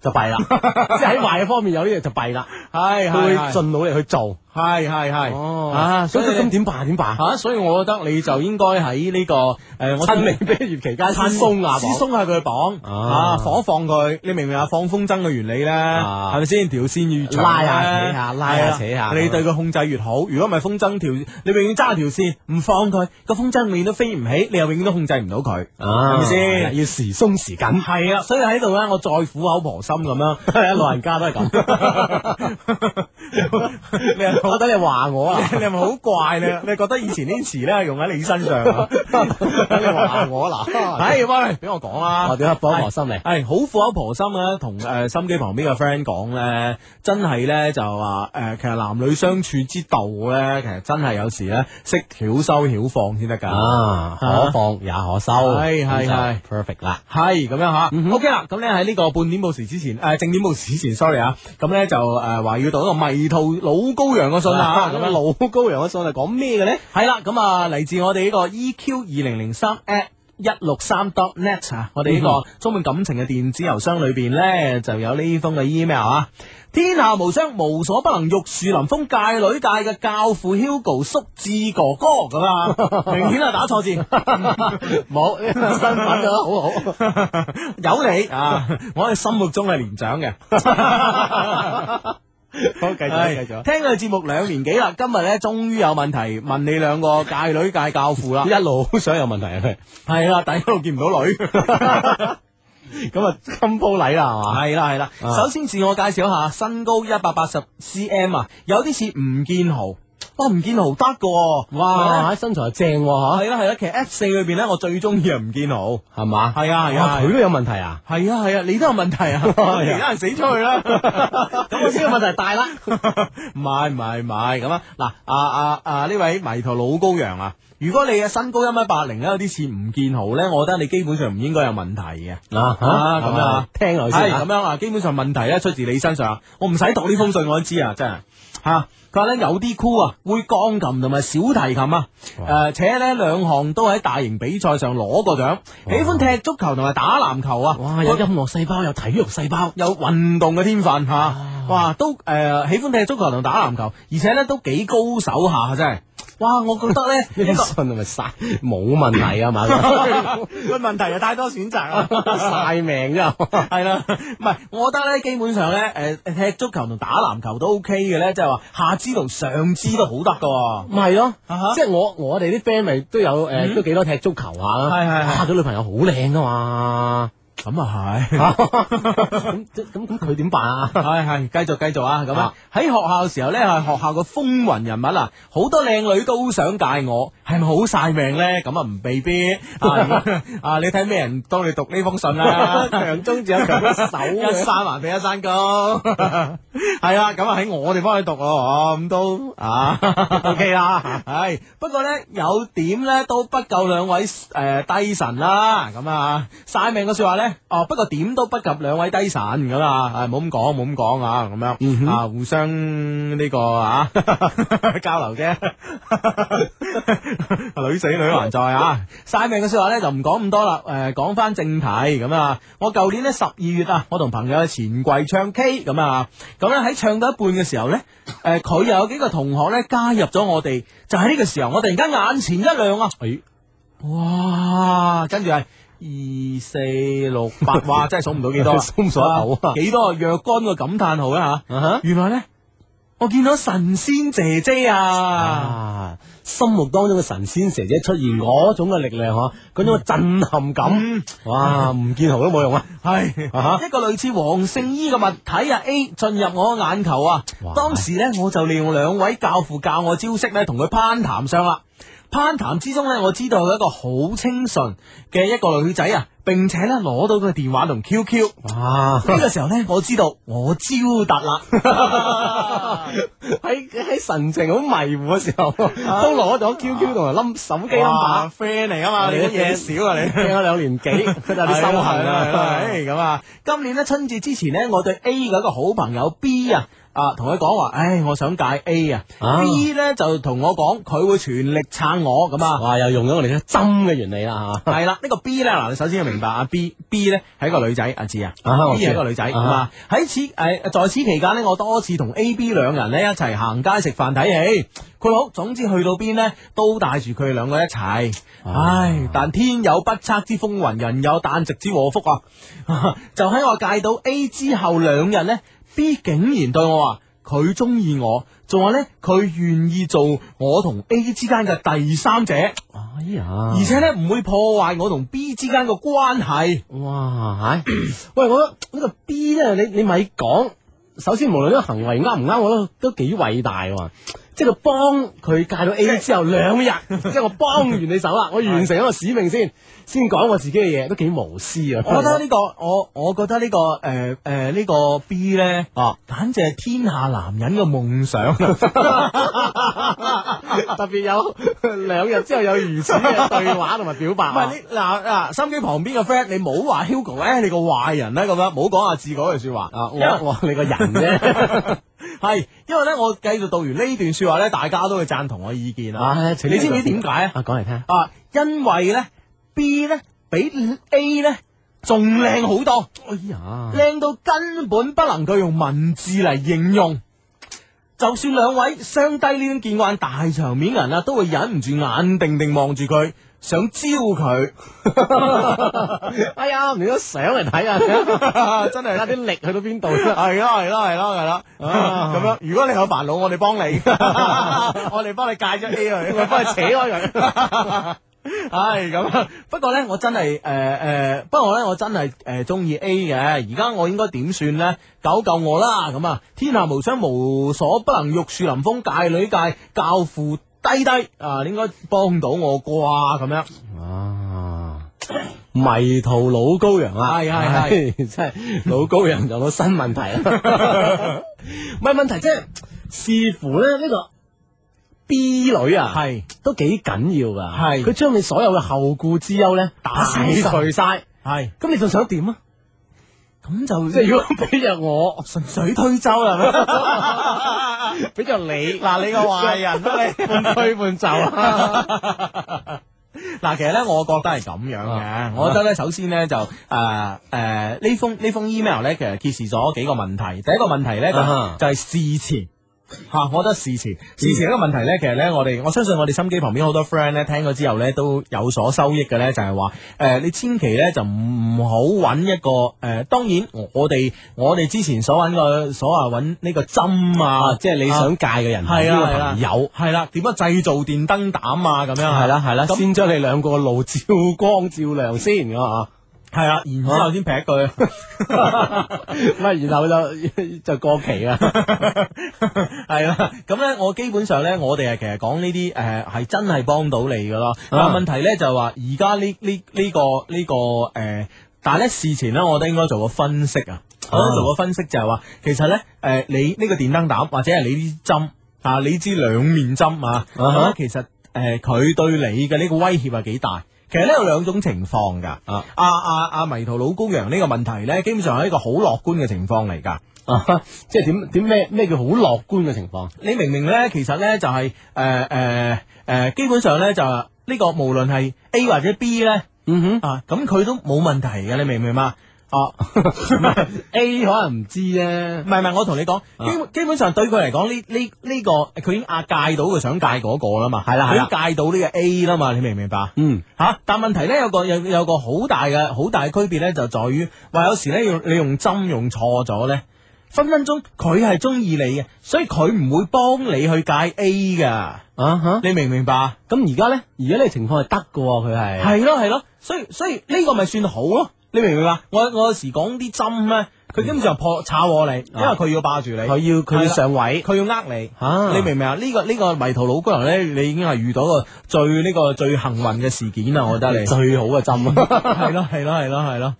F: 就 弊啦。即係喺壞嘅方面有呢嘢就弊啦，
E: 係
F: 佢
E: 係
F: 會
E: 係
F: 盡努力去做。
E: 係係係。
F: 哦
E: 啊
F: 咁
E: 所以
F: 咁
E: 你啊
F: 點辦？點辦？
E: 吓，所以我覺得你就應該喺呢個诶，我
F: 趁未畢業期間先鬆下
E: 先
F: 綁
E: 鬆下佢嘅綁
F: 啊
E: 啊，放一放佢，你明唔明啊？放風箏嘅原理咧，
F: 啊
E: 係咪先條線越長
F: 拉下
E: 呢
F: 扯下拉下
E: 係啊
F: 扯下
E: 你對佢控制越好。如果唔係風箏條，你永遠揸條線唔放佢，個風箏永遠都飛唔起，你又永遠都控制唔到佢。
F: 啊
E: 係咪先
F: 要時鬆時緊。
E: 係啊，所以喺度咧，我再苦口婆心咁樣， 老人家都係咁。你係好
F: 我 覺得你話我啊，
E: 你係咪好怪咧？你覺得以前呢啲詞咧係用喺你身上 啊？
F: 你話我 嗱，
E: 唉，啊喂，俾我哎講啦。
F: 我點解幫我心嚟？
E: 系好苦口婆心咧，同诶心機旁邊嘅 friend 講咧，真係咧就話诶、誒其實男女相處之道咧，其實真係有時咧識曉收曉放先得㗎。
F: 啊，可放也可收，
E: 係係
F: 咁就
E: 係
F: perfect 啦。
E: 係咁樣吓、o k 啦。咁咧喺呢個半點報時之前，诶、正點報時之前，sorry 啊，咁咧就诶話、要到一個迷途老羔羊嘅信啊，咁樣
F: 老高陽嘅信係講咩嘅咧？
E: 系啦，咁啊嚟自我哋呢個 EQ 二零零三 at 一六三 dot net 啊，我哋呢個充滿感情嘅電子郵箱裏边呢，就有呢封嘅 email 啊。天下無雙，無所不能，玉樹臨風，界女界嘅教父 Hugo 叔志哥哥咁啊，明顯係打錯字，嗯冇身份咗，好好，有你啊！我喺心目中係年 長嘅。
F: 好，繼
E: 係
F: 續繼續。
E: 聽佢節目兩年幾啦，今日咧終於有問題問你兩個界女界教父啦，
F: 一路好想有問題啊佢，
E: 係啦，但係一路見唔到女。
F: 咁啊金鋪禮啦係嘛？
E: 系啦系啦，
F: 啊
E: 首先自我介紹下，身高一百八十 cm 啊，有啲似吳建豪，哇，吳建豪得噶，
F: 哇，身材正喎，
E: 啊係啦係啦，其實 F 四裏边咧，我最中意係吳建豪，
F: 嚇係嘛？
E: 係啊係啊
F: 哇，佢都有問題啊！
E: 係啊係啊，你都有問題 啊，其他人死出去 啦，咁我知道問題大啦，唔係唔係唔係咁啊，嗱啊啊啊呢位迷途老羔羊啊，如果你嘅身高一米八零咧，有啲似吳建豪咧，我覺得你基本上唔應該有問題嘅。
F: 啊
E: 啊咁啊
F: 聽落去
E: 係
F: 先
E: 咁
F: 啊
E: 樣啊，基本上問題咧出自你身上，啊我唔使讀呢封信我都知啊，真係吓。佢話咧有啲酷啊，會鋼琴同埋小提琴啊，誒、且咧兩項都喺大型比賽上攞過獎，喜歡踢足球同埋打籃球啊，
F: 哇，有音樂細胞，有體育細胞，
E: 有運動嘅天分吓，哇，都誒、喜歡踢足球同打籃球，而且咧都幾高手下真係。哇，我覺得咧
F: 呢
E: 呢
F: 封
E: 個
F: 信係咪晒冇問題啊嘛？
E: 喂，問題就太多選擇啦，
F: 晒命啫，
E: 係啦，唔係，我覺得咧，基本上咧，诶、踢足球同打籃球都 OK 嘅咧，即係話下肢同上肢都好得噶，
F: 咪係咯
E: 啊哈，
F: 即係我我哋啲 friend 咪都有誒，都幾多踢足球下啦。
E: 係係係
F: 哇，佢女朋友好靚噶嘛。
E: 咁啊係。
F: 咁咁咁佢點辦啊？
E: 系系，继续继续啊！咁啊，喺學校嘅時候呢，係學校嘅風雲人物啊，好多靚女都想戒我，係咪好晒命呢？咁啊唔被必啊！ 啊你睇咩人當你讀呢封信啦、
F: 強中只有強一手啊
E: 一山還比一山高， 係啦，咁啊喺我哋幫佢讀咯，咁都啊 OK 啦，係不過咧有點咧都不夠兩位诶低神啦，咁啊晒命嘅说話咧，哦不過點都不及兩位低神咁啊，唉冇咁講冇咁講啊，咁樣啊互相呢個啊 交流啫。 女死女還在啊！晒命嘅说話咧就唔講咁多啦，诶、講翻正題咁啊！我舊年咧十二月啊，我同朋友去錢櫃唱 K 咁啊，咁咧喺唱到一半嘅時候咧，诶、佢又有幾個同學咧加入咗我哋，就喺呢個時候，我突然間眼前一亮啊！哇！跟住係二四六 八，哇！真係數唔到幾多啦，
F: 數唔數得到啊
E: 幾多啊若干個感嘆號啦吓！
F: 啊
E: 原來咧，我見到神仙姐姐
F: 哈
E: 啊！
F: 啊！心目當中嘅神仙姐姐出現嗰種嘅力量嗬，嗰種嘅震撼感，哇！唔見毫都冇用 啊！
E: 系
F: 啊
E: 嗯一個類似黃聖依嘅物體啊 A 進入我眼球啊
F: 哇！
E: 當時呢，我就利用兩位教父教我招式呢，同佢攀談上啦。攀談之中呢，我知道有一個好清純嘅一個女仔啊，並且呢攞到佢電話同 QQ。
F: 哇！
E: 呢個時候呢，我知道我招達 啦。
F: 喺喺神情好迷糊嘅時候，都攞咗 QQ 同埋冧手機 number。
E: friend 嚟啊嘛，你啲嘢少啊你。
F: 聽咗兩年幾，佢就有
E: 係
F: 啲
E: 啊
F: 心
E: 係
F: 痕啊！
E: 係係咁啊！今年咧春節之前咧，我對 A 嘅一個好朋友 B 啊。啊，同佢講話，唉，我想戒 A 啊
F: 啊
E: ，B 咧就同我講，佢會全力撐我咁啊，
F: 哇！又用咗我哋嘅針嘅原理啦
E: 係啦，呢個 B 咧，嗱，你首先要明白啊，B B 咧係一個女仔，阿志啊
F: 啊我
E: ，B
F: 知
E: 係一個女仔，
F: 啊
E: 咁啊，喺此诶，在此期間咧，我多次同 A、B 兩人咧一齊行街食飯睇戲，佢好，總之去到邊咧都帶住佢哋兩個一齊，
F: 哦
E: 唉，但天有不測之風雲，人有旦夕之禍福啊！ 就喺我戒到 A 之後兩日咧，B 竟然對我話。佢中意我，仲話咧佢願意做我同 A 之間嘅第三者。
F: 吓。哎呀！
E: 而且咧唔會破壞我同 B 之間嘅關係。
F: 哇，係喂，我覺得呢個 B 咧，你你咪講。首先，無論呢個行為啱唔啱，我覺得都幾偉大喎。即係佢幫佢戒到 A 之後兩 日，即係我幫完你手啦，我完成一個使命先，先講我自己嘅嘢，都幾無私啊！
E: 我覺得呢、個我我覺得呢、個誒誒呢個 B 咧，
F: 啊，
E: 簡直係天下男人嘅夢想。啊
F: 特別有兩日之後有如此嘅對話同埋表白
E: 唔
F: 啊
E: 係。你嗱嗱，心機旁邊嘅 friend，你冇話 Hugo 咧，你個壞人咧咁樣，冇講阿志嗰句説話。
F: 啊，我我你個人 啫，
E: 係，因為咧，我繼續讀完呢段説話咧，大家都會贊同我意見啊。
F: 唉
E: 你知唔知點解啊？
F: 啊，講嚟聽。
E: 啊，因為咧 B 咧比 A 咧仲靚好多。
F: 哎呀，
E: 靓到根本不能夠用文字嚟形容。就算兩位相低呢種見慣大場面人啊，都會忍唔住眼定定望住佢，想招佢。
F: 哎呀，唔都相嚟 睇下，真係睇下啲力去到邊度啫。
E: 係啦，係啦，係啦，係啦。
F: 啊
E: 咁 樣，如果你有煩惱，我哋幫你， 我哋幫你戒咗 A 佢，
F: 我幫佢扯開
E: 佢。 唉，咁啊不過咧，我真係诶诶，不過咧，我真係诶中意 A 嘅。而家我應該點算咧？救救我啦！咁啊，天下無雙，無所不能，玉樹臨風，界女界教父低低啊，你應該幫到我啩咁樣。
F: 啊，迷途老羔羊啊，
E: 係係
F: 係，真係老羔羊有到新問題 啦。唔係問題，即係視乎咧呢個 B 女啊，
E: 係
F: 都幾緊要噶。
E: 係
F: 佢將你所有嘅後顧之憂咧打
E: 晒
F: 洗除晒，
E: 係，
F: 咁你仲想點啊？
E: 咁就
F: 即係如果 俾着我，
E: 順水推舟 啦。
F: 俾着你，
E: 嗱，你個壞人啦你。
F: 半推半就啊！
E: 嗱，其實咧，我覺得係咁樣嘅
F: 啊。
E: 我覺得咧，首先咧就誒誒呢封呢封 email 咧，其實揭示咗幾個問題。第一個問題咧就
F: 啊哈
E: 就係事前吓、我覺得事前事前一個問題咧，其實咧，我哋我相信我哋心機旁邊好多 friend 咧，聽咗之後咧都有所收益嘅咧，就係話誒，呃你千祈咧就唔好揾一個誒、呃，當然我哋我哋之前所揾個所謂揾呢個針啊，
F: 即係你想戒嘅人
E: 係
F: 呢
E: 啊
F: 個
E: 係啦
F: 朋友
E: 係啦，點樣製造電燈膽啊咁樣啊
F: 係啦係啦，
E: 咁
F: 先將你兩個路照光照亮先咁啊。
E: 係啦，然之後先劈佢。
F: 乜啊然後就 就過期啊啦。
E: 系啦，咁咧我基本上咧，我哋系其實講呢啲诶係真係幫到你噶
F: 啊
E: 咯。但問題咧就係話，而家呢呢呢個呢、個诶，呃但係咧事前咧，我覺得應該做個分析啊。我覺得做個分析就係話，其實咧诶、呃你呢個電燈膽或者係你啲針啊，你支兩面針啊，咁呢其實诶呃佢、對你嘅呢個威脅係幾大？其實呢有兩種情況㗎，啊啊啊迷途老公羊呢個問題咧，基本上係一個好樂觀嘅情況嚟㗎。
F: 啊，即係點點咩咩叫好樂觀嘅情況？
E: 你明明咧，其實咧就係誒誒誒，基本上咧就係呢個無論係 A 或者 B 咧
F: 嗯
E: 啊，咁佢都冇問題嘅，你明唔明 嘛？啊，
F: 哼，A 可能唔知啫
E: 唔。係唔係，我同你講，
F: 啊
E: 基本基本上對佢嚟講，呢呢呢個佢已經壓戒到佢想戒嗰個啦嘛，係
F: 啦
E: 佢
F: 係啦
E: 已經戒到呢個 A 啦嘛，你明唔明白？
F: 嗯，
E: 吓、但問題咧有個有有個好大嘅好大嘅區別咧，就在於話有時咧用你用針用錯咗咧，分分鐘佢係中意你嘅，所以佢唔會幫你去戒 A 噶。
F: 啊哈。
E: 你明唔明白？
F: 咁而家咧，而家呢個情況係得嘅喎，佢係
E: 系咯系咯，所以所以呢個咪算好咯？你明唔明白？我我有時講啲針咧，佢基本上破炒我你，因為佢要霸住你，
F: 佢要佢
E: 係
F: 要
E: 啦
F: 上位
E: 佢要呃你。
F: 啊
E: 你明唔明啊？呢、個呢、個迷途老姑娘咧，你已經係遇到個最呢、個最幸運嘅事件啦，啊我覺得你嗯
F: 最好嘅針
E: 係咯係咯係咯係咯，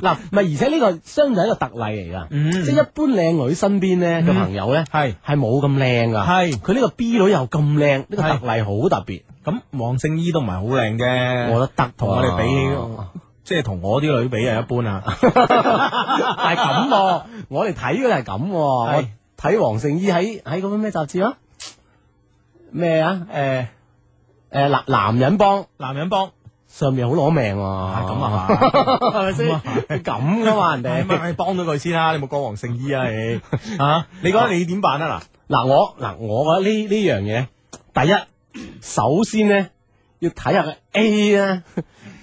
F: 嗱，唔係而且呢個相對係一個特例嚟噶，
E: 嗯
F: 即係一般靚女身邊咧嘅
E: 嗯
F: 朋友咧
E: 係
F: 係冇咁靚噶，
E: 係
F: 佢呢個 B 女又咁靚，呢個特
E: 係
F: 例好特別，
E: 咁黃聖依都唔係好靚啫，
F: 我覺得得
E: 同我哋比
F: 喎
E: 起，即係同我啲女比係一般啊。
F: 但係咁喎，我哋睇嘅係咁喎，我
E: 係
F: 睇黃聖依喺喺嗰本咩雜誌啊？咩啊？誒誒男男人幫
E: 男人幫
F: 上面好攞命喎，
E: 係
F: 咁
E: 咁啊，係嘛
F: 係咪先？咁噶嘛 人
E: 你
F: 哋。
E: 咪幫到佢先啦，你冇講黃聖依啊你 啊？你覺得你點辦啊
F: 嗱我嗱我覺得呢呢樣嘢，第一首先咧要睇下個 A 咧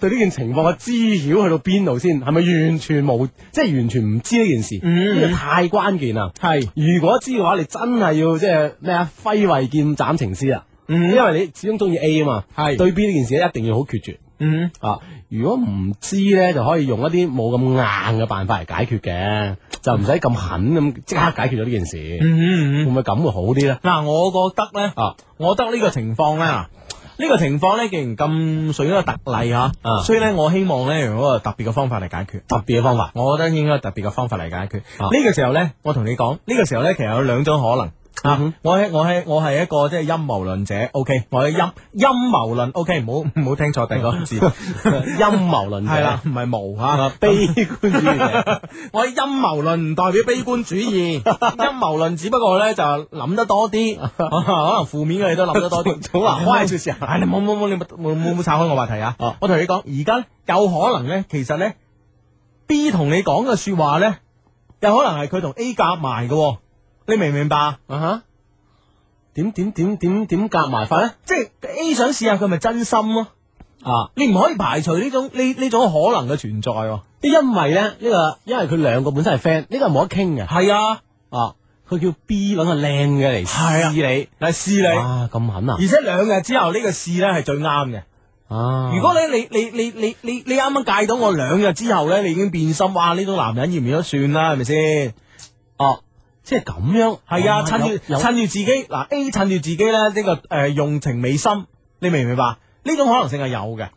F: 對呢件情況嘅知曉去到邊度先，係咪完全冇即係完全唔知呢件事？
E: 嗯
F: 呢個太關鍵啦。
E: 嗱？系，
F: 如果知嘅話，你真係要即係咩啊？揮慧劍斬情絲啊！
E: 嗯
F: 因為你始終中意 A 啊嘛，
E: 係
F: 對 B 呢件事咧一定要好決絕
E: 嗯，
F: 啊！如果唔知咧，就可以用一啲冇咁硬嘅辦法嚟解決嘅，就唔使咁狠咁即刻解決咗呢件事。
E: 嗯
F: 會唔會咁會好啲咧？
E: 嗱，我覺得咧，
F: 啊，
E: 我覺得呢個情況咧，呢個情況咧，既然咁屬於一個特例吓，
F: 啊
E: 所以咧，我希望咧用一個特別嘅方法嚟解決。
F: 特別嘅方法。
E: 我覺得應該特別嘅方法嚟解決。
F: 啊
E: 呢個時候咧，我同你講，呢個時候咧，其實有兩種可能。
F: 嗯哼
E: 啊！我係我係我係一個即係陰謀論者，OK，我係陰陰謀論，OK，唔好唔好聽錯第二 個字，陰謀論
F: 者啊
E: 係啦，唔係謀嚇，
F: 悲觀主義者
E: 我係陰謀論唔代表悲觀主義，陰謀論只不過咧就諗得多啲，可能負面嘅嘢都諗得多啲。
F: 總話開住先
E: 唉，你冇冇冇你冇冇冇岔開我話題啊！
F: 哦
E: 我同你講，而家呢有可能咧，其實咧 B 同你講嘅说話咧，有可能係佢同 A 夾埋嘅喎，你明唔明白？
F: 啊哈？點點點點點夾埋法咧？
E: 即係 A 想試下佢咪真心咯。啊！你唔可以排除呢種呢呢種可能嘅存在喎。
F: 因為咧呢、呢個，因為佢兩個本身係 friend，呢個冇得傾嘅。
E: 係啊，
F: 啊，佢叫 B 揾個靚嘅嚟
E: 係啊
F: 試
E: 嚟試
F: 你。
E: 你，
F: 啊，咁狠啊！
E: 而且兩日之後呢個試咧係最啱嘅。
F: 啊，
E: 如果 咧你你你你你你啱啱戒到我兩日之後咧，你已經變心，哇！呢種男人要唔要都算啦，係咪先？
F: 哦，即係咁樣，哦
E: 係啊，趁
F: 有
E: 住
F: 有
E: 趁住自己嗱 A 趁住自己咧呢個诶用情未深，你明唔明白？呢種可能性係有嘅，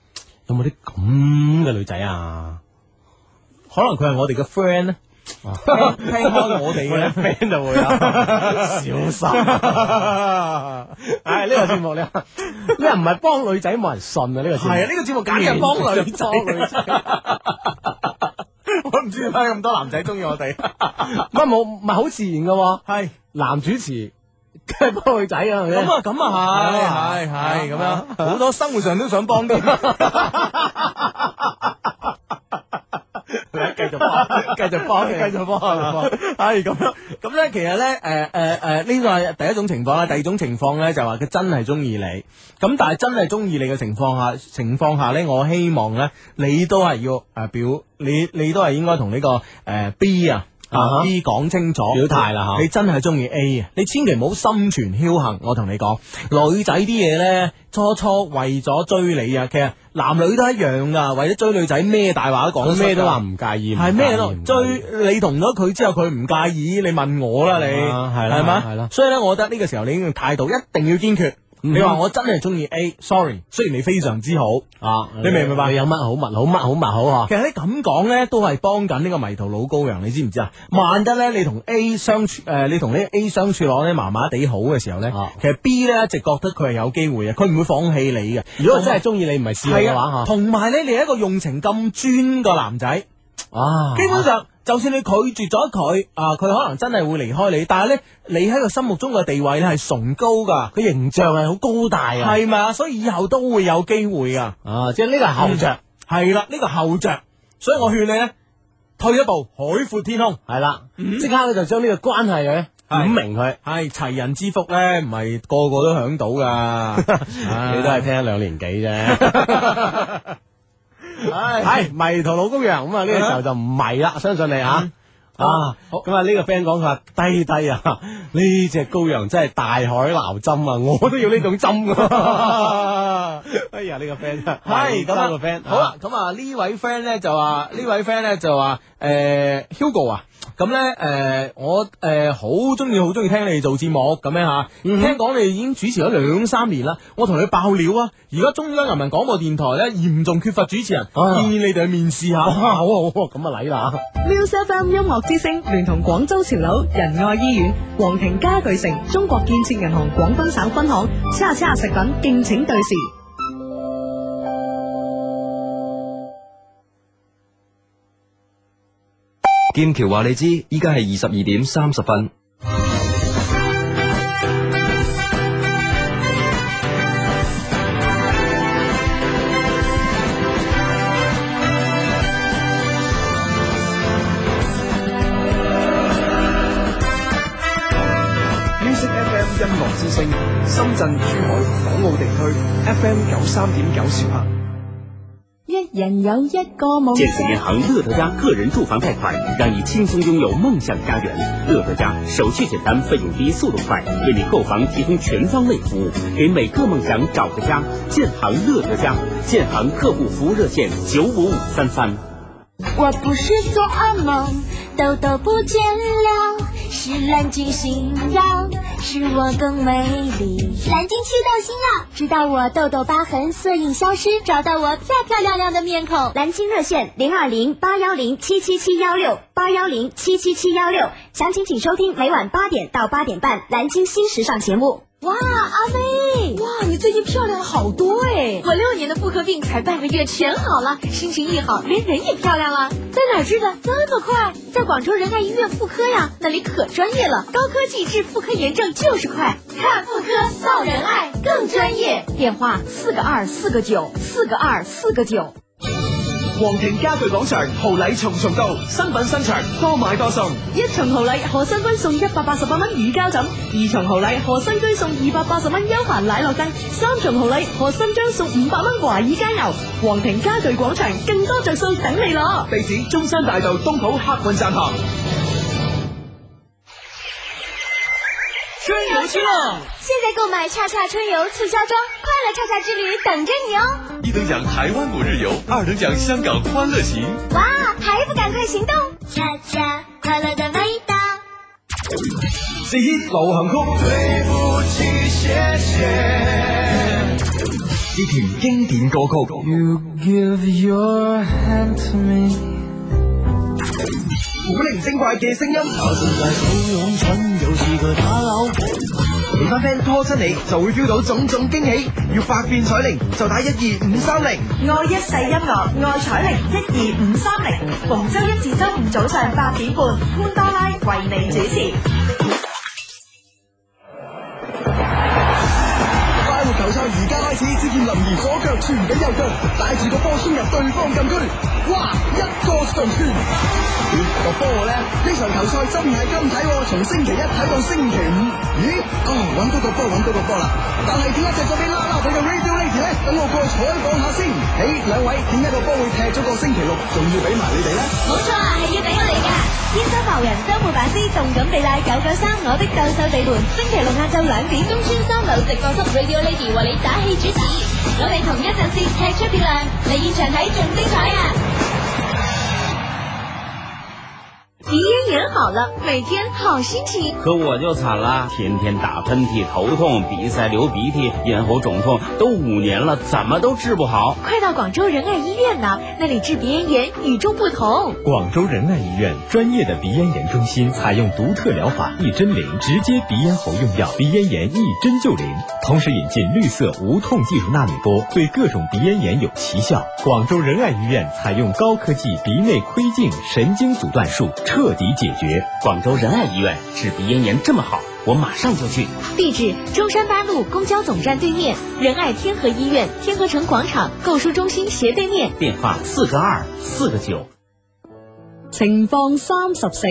F: 有冇啲咁嘅女仔啊？哦
E: 可能佢係我哋嘅 friend 咧。 聽聽開我哋 嘅 friend 就會有小心。
F: 唉， 呢個節目你你又唔係幫女仔冇人信啊？呢個節
E: 係啊，呢
F: 目
E: 個節目簡直係幫女仔。我唔知點解咁多男仔中意我哋。
F: 乜冇唔係好自然嘅喎。
E: 係。
F: 男主持梗係幫女仔啊，係咪
E: 咁啊，咁啊係，係係咁樣，好多生活上都想幫啲，繼續幫，繼續幫，繼續幫，係咁樣，咁咧，其實咧，诶诶诶，呢個係第一種情況啦，第二種情況咧就話佢真係中意你，咁但係真係中意你嘅情況下，情況下咧，我希望咧，你都係要诶表，你你都係應該同呢個诶 B 啊。
F: 啊
E: 啊
F: 哈
E: ！B 講清楚，
F: 表態啦啊嚇
E: 你真係中意 A 啊！你千祈唔好心存僥倖，我同你講，女仔啲嘢呢，初初為咗追你啊，其實男女都一樣噶，為咗追女仔咩大話都講得出㗎，
F: 咩都話唔介意，
E: 系咩咯？？
F: 咯
E: 追你同咗佢之後，佢唔介意，你問我啦，你
F: 啊係啦
E: 係咪？
F: 係啦
E: 所以咧，我覺得呢個時候你已經態度一定要堅決。
F: 嗯
E: 你話我真係中意 A，sorry，雖然你非常之好，
F: 啊，
E: 你明唔明白
F: 你有乜好物好乜好物好啊？
E: 其實你咁講咧，都係幫緊呢個迷途老羔羊，你知唔知啊？
F: 嗯
E: 萬一咧，你同 A 相處，誒、呃你同呢 A 相處落咧麻麻地好嘅時候咧，
F: 啊
E: 其實 B 咧一直覺得佢係有機會嘅，佢唔會放棄你嘅。
F: 如果我真係中意你，唔係試你嘅
E: 係
F: 話
E: 啊，
F: 嚇，
E: 同埋咧，你係一個用情咁專嘅男仔。
F: 啊，
E: 基本上，就算你拒絕咗佢，啊，佢可能真係會離開你，但係咧，你喺佢心目中嘅地位咧係崇高噶，
F: 佢形象係好高大啊，
E: 係咪啊？所以以後都會有機會嗯噶，
F: 啊，即係呢個係後着，
E: 係啦，呢個後着，所以我勸你咧，退一步，海闊天空，
F: 係啦，即刻咧就將呢個關係咧
E: 嗯係
F: 諗明佢。
E: 係齊人之福咧，唔係個個都享到 噶，
F: 你
E: 你
F: 都係聽兩年幾啫， 係迷途老公羊咁啊！呢個時候就唔迷啦，相信你
E: 嗯
F: 啊。啊，咁啊呢個 friend 講佢話低低啊， 呢只羔羊真係大海撈針啊， 我都要呢種針噶。 哎呀，呢個 friend
E: 系
F: 係
E: 咁
F: 三
E: 啊
F: 個 friend
E: 好啦，咁啊呢位 friend 咧就話呢位 friend 咧就話诶 Hugo 啊，咁咧诶我诶好中意好中意聽你哋做節目咁樣吓，聽講你哋已經主持咗兩三年啦，我同你爆料啊，而家中央人民廣播電台咧嚴重缺乏主持人，
F: 啊
E: 建議你哋去面試下。
F: 啊，好啊好啊，咁啊嚟啦啊
K: Music FM 音樂之聲聯同廣州潮樓仁愛醫院、皇庭家具城、中國建設銀行廣東省分行、叉叉食品敬請對視。
L: 剑桥话你知，依家系二十二点三十分。
M: Music FM 音樂之聲，深圳、珠海、港澳地區 FM 九三點九兆赫。
K: 一人有一個夢
A: 建行銀行乐德家个人住房贷款，让你轻松拥有梦想家园。乐德家手续简单，费用低，速度快，为你购房提供全方位服务，给每个梦想找个家。建行乐德家，建行客户服务热线九五五三三。
C: 我不是做噩梦，痘痘不见了，是蓝鲸新药，使我更美丽。蓝鲸祛痘新药，直到我痘痘疤痕色印消失，找到我漂漂亮亮的面孔。蓝鲸热线零二零八幺零七七七幺六八幺零七七七幺六，详情请收听每晚八点到八点半蓝鲸新时尚节目。哇，阿飞！哇，你最近漂亮好多哎！我六年的妇科病才半个月全好了，心情一好，连人也漂亮了。在哪儿治的这么快？在广州仁爱医院妇科呀，那里可专业了，高科技治妇科炎症就是快。看妇科到仁爱更专业，电话四个二四个九四个二四个九。
M: 皇庭家具廣場豪禮重重到，新品新場多買多送。
K: 一重豪禮何新君送一百八十八蚊乳膠枕，二重豪禮何新居送二百八十蚊休閒奶酪凳，三重豪禮何新章送五百蚊華爾街牛。皇庭家具廣場更多着數等你攞。
M: 地址中山大道東圃客運站旁。
K: 春游去了。
C: 现在购买叉叉春游促销装，快乐叉叉之旅等着你哦！
A: 一等奖台湾五日游，二等奖香港欢乐行。
C: 哇，还不赶快行动！叉叉快乐的味道。
M: 四一流行曲，對不起，謝謝。呢條經典歌曲。古靈精怪嘅聲音，你班 friend 拖親你就會 feel 到種種驚喜，要百變彩鈴就打一二五三零。
K: 愛一世音樂，愛彩玲一二五三零，逢周一至周五早上八點半，潘多拉為你主持。
M: 快活球賽而家開始，只見林兒左腳傳俾右腳，帶住個波衝入對方禁區，哇！一個長傳，
N: 個波咧，呢場球賽真係咁睇喎，從星期一睇到星期五。咦？哦，揾到個波，揾到個波啦！但係點解隻咗俾啦啦隊嘅 Radio Lady 咧？等我過去採訪下先。誒，兩位點解個波會踢咗個星期六，仲要俾埋你哋咧？
C: 冇錯啊，係要俾我哋噶。天生浮人周末版之動感地帶九九三，我的鬥獸地盤，星期六下晝兩點，東村三樓直播室 Radio Lady 為你打氣主持。我哋同一陣線踢出漂亮，嚟現場睇仲精彩啊！
K: 鼻咽炎好了，每天好心情。
O: 可我就惨了，天天打喷嚏、头痛、鼻塞、流鼻涕、咽喉肿痛，都五年了，怎么都治不好。
K: 快到广州仁爱医院呐，那里治鼻咽炎与众不同。
G: 广州仁爱医院专业的鼻咽炎中心，采用独特疗法一针灵，直接鼻咽喉用药，鼻咽炎一针就灵。同时引进绿色无痛技术纳米波，对各种鼻咽炎有奇效。广州仁爱医院采用高科技鼻内窥镜神经阻断术，彻底解决。
O: 广州仁爱医院治鼻咽炎这么好，我马上就去。
K: 地址：中山八路公交总站对面，仁爱天河医院天河城广场购书中心斜对面。
O: 电话四个二四个九。
D: 情況三十四，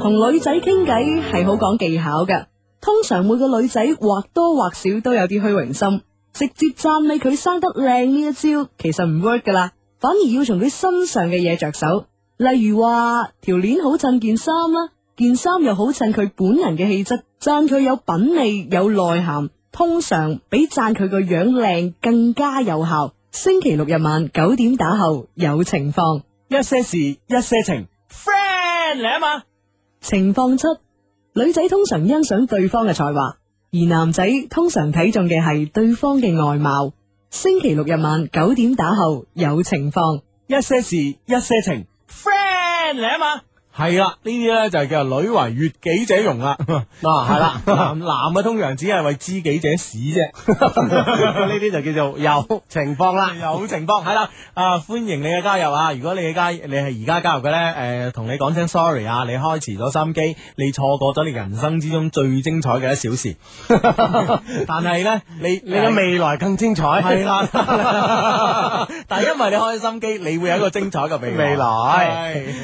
D: 同女仔傾偈係好講技巧嘅。通常每個女仔或多或少都有啲虛榮心，直接讚美佢生得靚呢一招，其實唔 work 噶啦，反而要從佢身上嘅嘢着手。例如話條鏈好襯件衫啦，件衫又好襯佢本人嘅氣質，讚佢有品味有內涵，通常比讚佢個樣靚更加有效。星期六日晚九點打後有情況，
E: 一些事一些情，friend 嚟啊嘛。
D: 情況七，女仔通常欣賞對方嘅才華，而男仔通常睇重嘅係對方嘅外貌。星期六日晚九點打後有情況，
E: 一些事一些情，friend 嚟啊嘛。系啦，呢啲咧就係叫做女為悦己者容啦。嗱啊係啦， 男男嘅通常只係為知己者死啫。 呢啲就叫做有情況啦，有情況係啦。啊，歡迎你嘅加入啊！如果你嘅加你係而家加入嘅咧，誒、同你講聲 sorry 啊！你開遲咗心機，你錯過咗你人生之中最精彩嘅一小時。 但係咧，你
F: 你嘅未來更精彩。
E: 係 啦， 但係因為你開心機，你會有一個精彩嘅未來。
F: 未來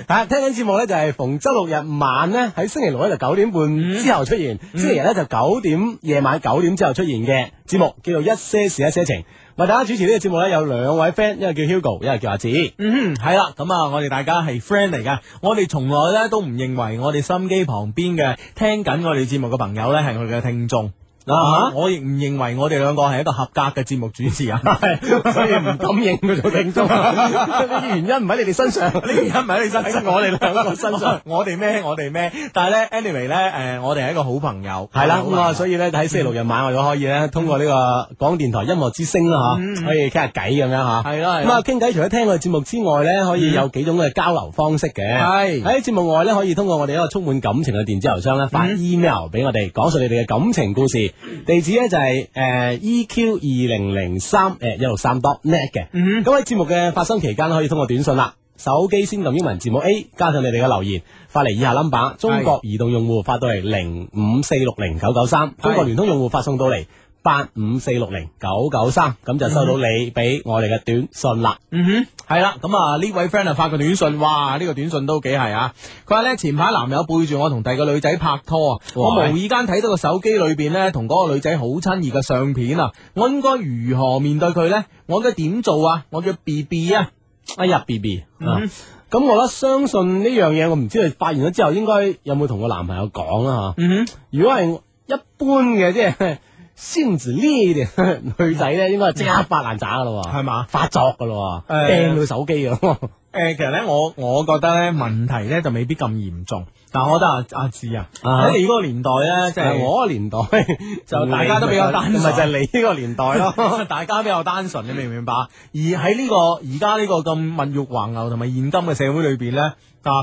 F: 啊，聽緊節目咧就係逢周六日晚咧喺星期六咧就九點半之後出現，
E: 嗯
F: 星期日咧就九點夜晚九點之後出現嘅節目叫做一些事一些情。為大家主持呢個節目咧有兩位 friend，一個叫 Hugo，一個叫阿子。
E: 嗯哼，系啦，咁啊，我哋大家係 friend 嚟噶，我哋從來咧都唔認為我哋心機旁邊嘅聽緊我哋節目嘅朋友咧係我哋嘅聽眾。啊！我亦唔認為我哋兩個係一個合格嘅節目主持啊， 所以唔敢認佢做 聽眾。呢啲原因唔喺你哋身上，呢啲原因唔喺你身上，我哋兩個身上， 我哋咩？我哋咩？但係咧，anyway 咧，誒，我哋係一個好嗯朋友，
F: 係啦，咁啊，所以咧喺星期六日晚我哋可以咧通過呢個廣電台音樂之聲啦吓，可以傾下偈咁樣吓。
E: 嗯係啦係
F: 咁
E: 啦
F: 啊，傾偈除咗聽我哋節目之外咧，可以有幾種嘅交流方式嘅。
E: 係
F: 喺節目外咧，可以通過我哋一個充滿感情嘅電子郵箱咧，發
E: 嗯
F: email 俾我哋，講述你哋嘅感情故事。地址咧就係诶 EQ 二零零三诶一六三 dot net 嘅。
E: 嗯
F: 咁喺節目嘅發生期間呢可以通過短信啦。手機先撳英文字母 A，加上你哋嘅留言，發嚟以下 number。中國移動用戶發到嚟零五四六零九九三，中國聯通用戶發送到嚟八五四六零九九三，咁就收到你俾我哋嘅短信啦。
E: 嗯哼，系啦，咁啊呢位 friend 啊發個短信，哇呢、個短信都幾係啊！佢話呢，前排男友背住我同第二個女仔拍拖啊，我
F: 哇
E: 無意間睇到個手機裏邊呢，同嗰個女仔好親熱嘅相片啊，我應該如何面對佢呢？我應該點做啊？我叫 B B 啊，嗯
F: 哎呀 B B 啊咁我咧相信呢樣嘢，我唔知佢發現咗之後應該有冇同個男朋友講啦吓。
E: 嗯
F: 如果係一般嘅，即係先至呢啲女仔咧，應該係即刻發爛渣噶咯，係
E: 嗯嘛，
F: 發作噶咯，
E: 誒
F: 掟到手 機噶咯。
E: 诶、其實咧，我我覺得咧問題咧就未必咁嚴重，但我覺得阿阿志啊，
F: 啊
E: 喺你嗰個年代咧，即係
F: 誒我個年代
E: 就大家都比較單純，
F: 咪就係你呢個年代咯。
E: 大家比較單純，你明唔明白？而喺呢、個而家呢個咁物欲橫流同埋現今嘅社會裏邊咧，啊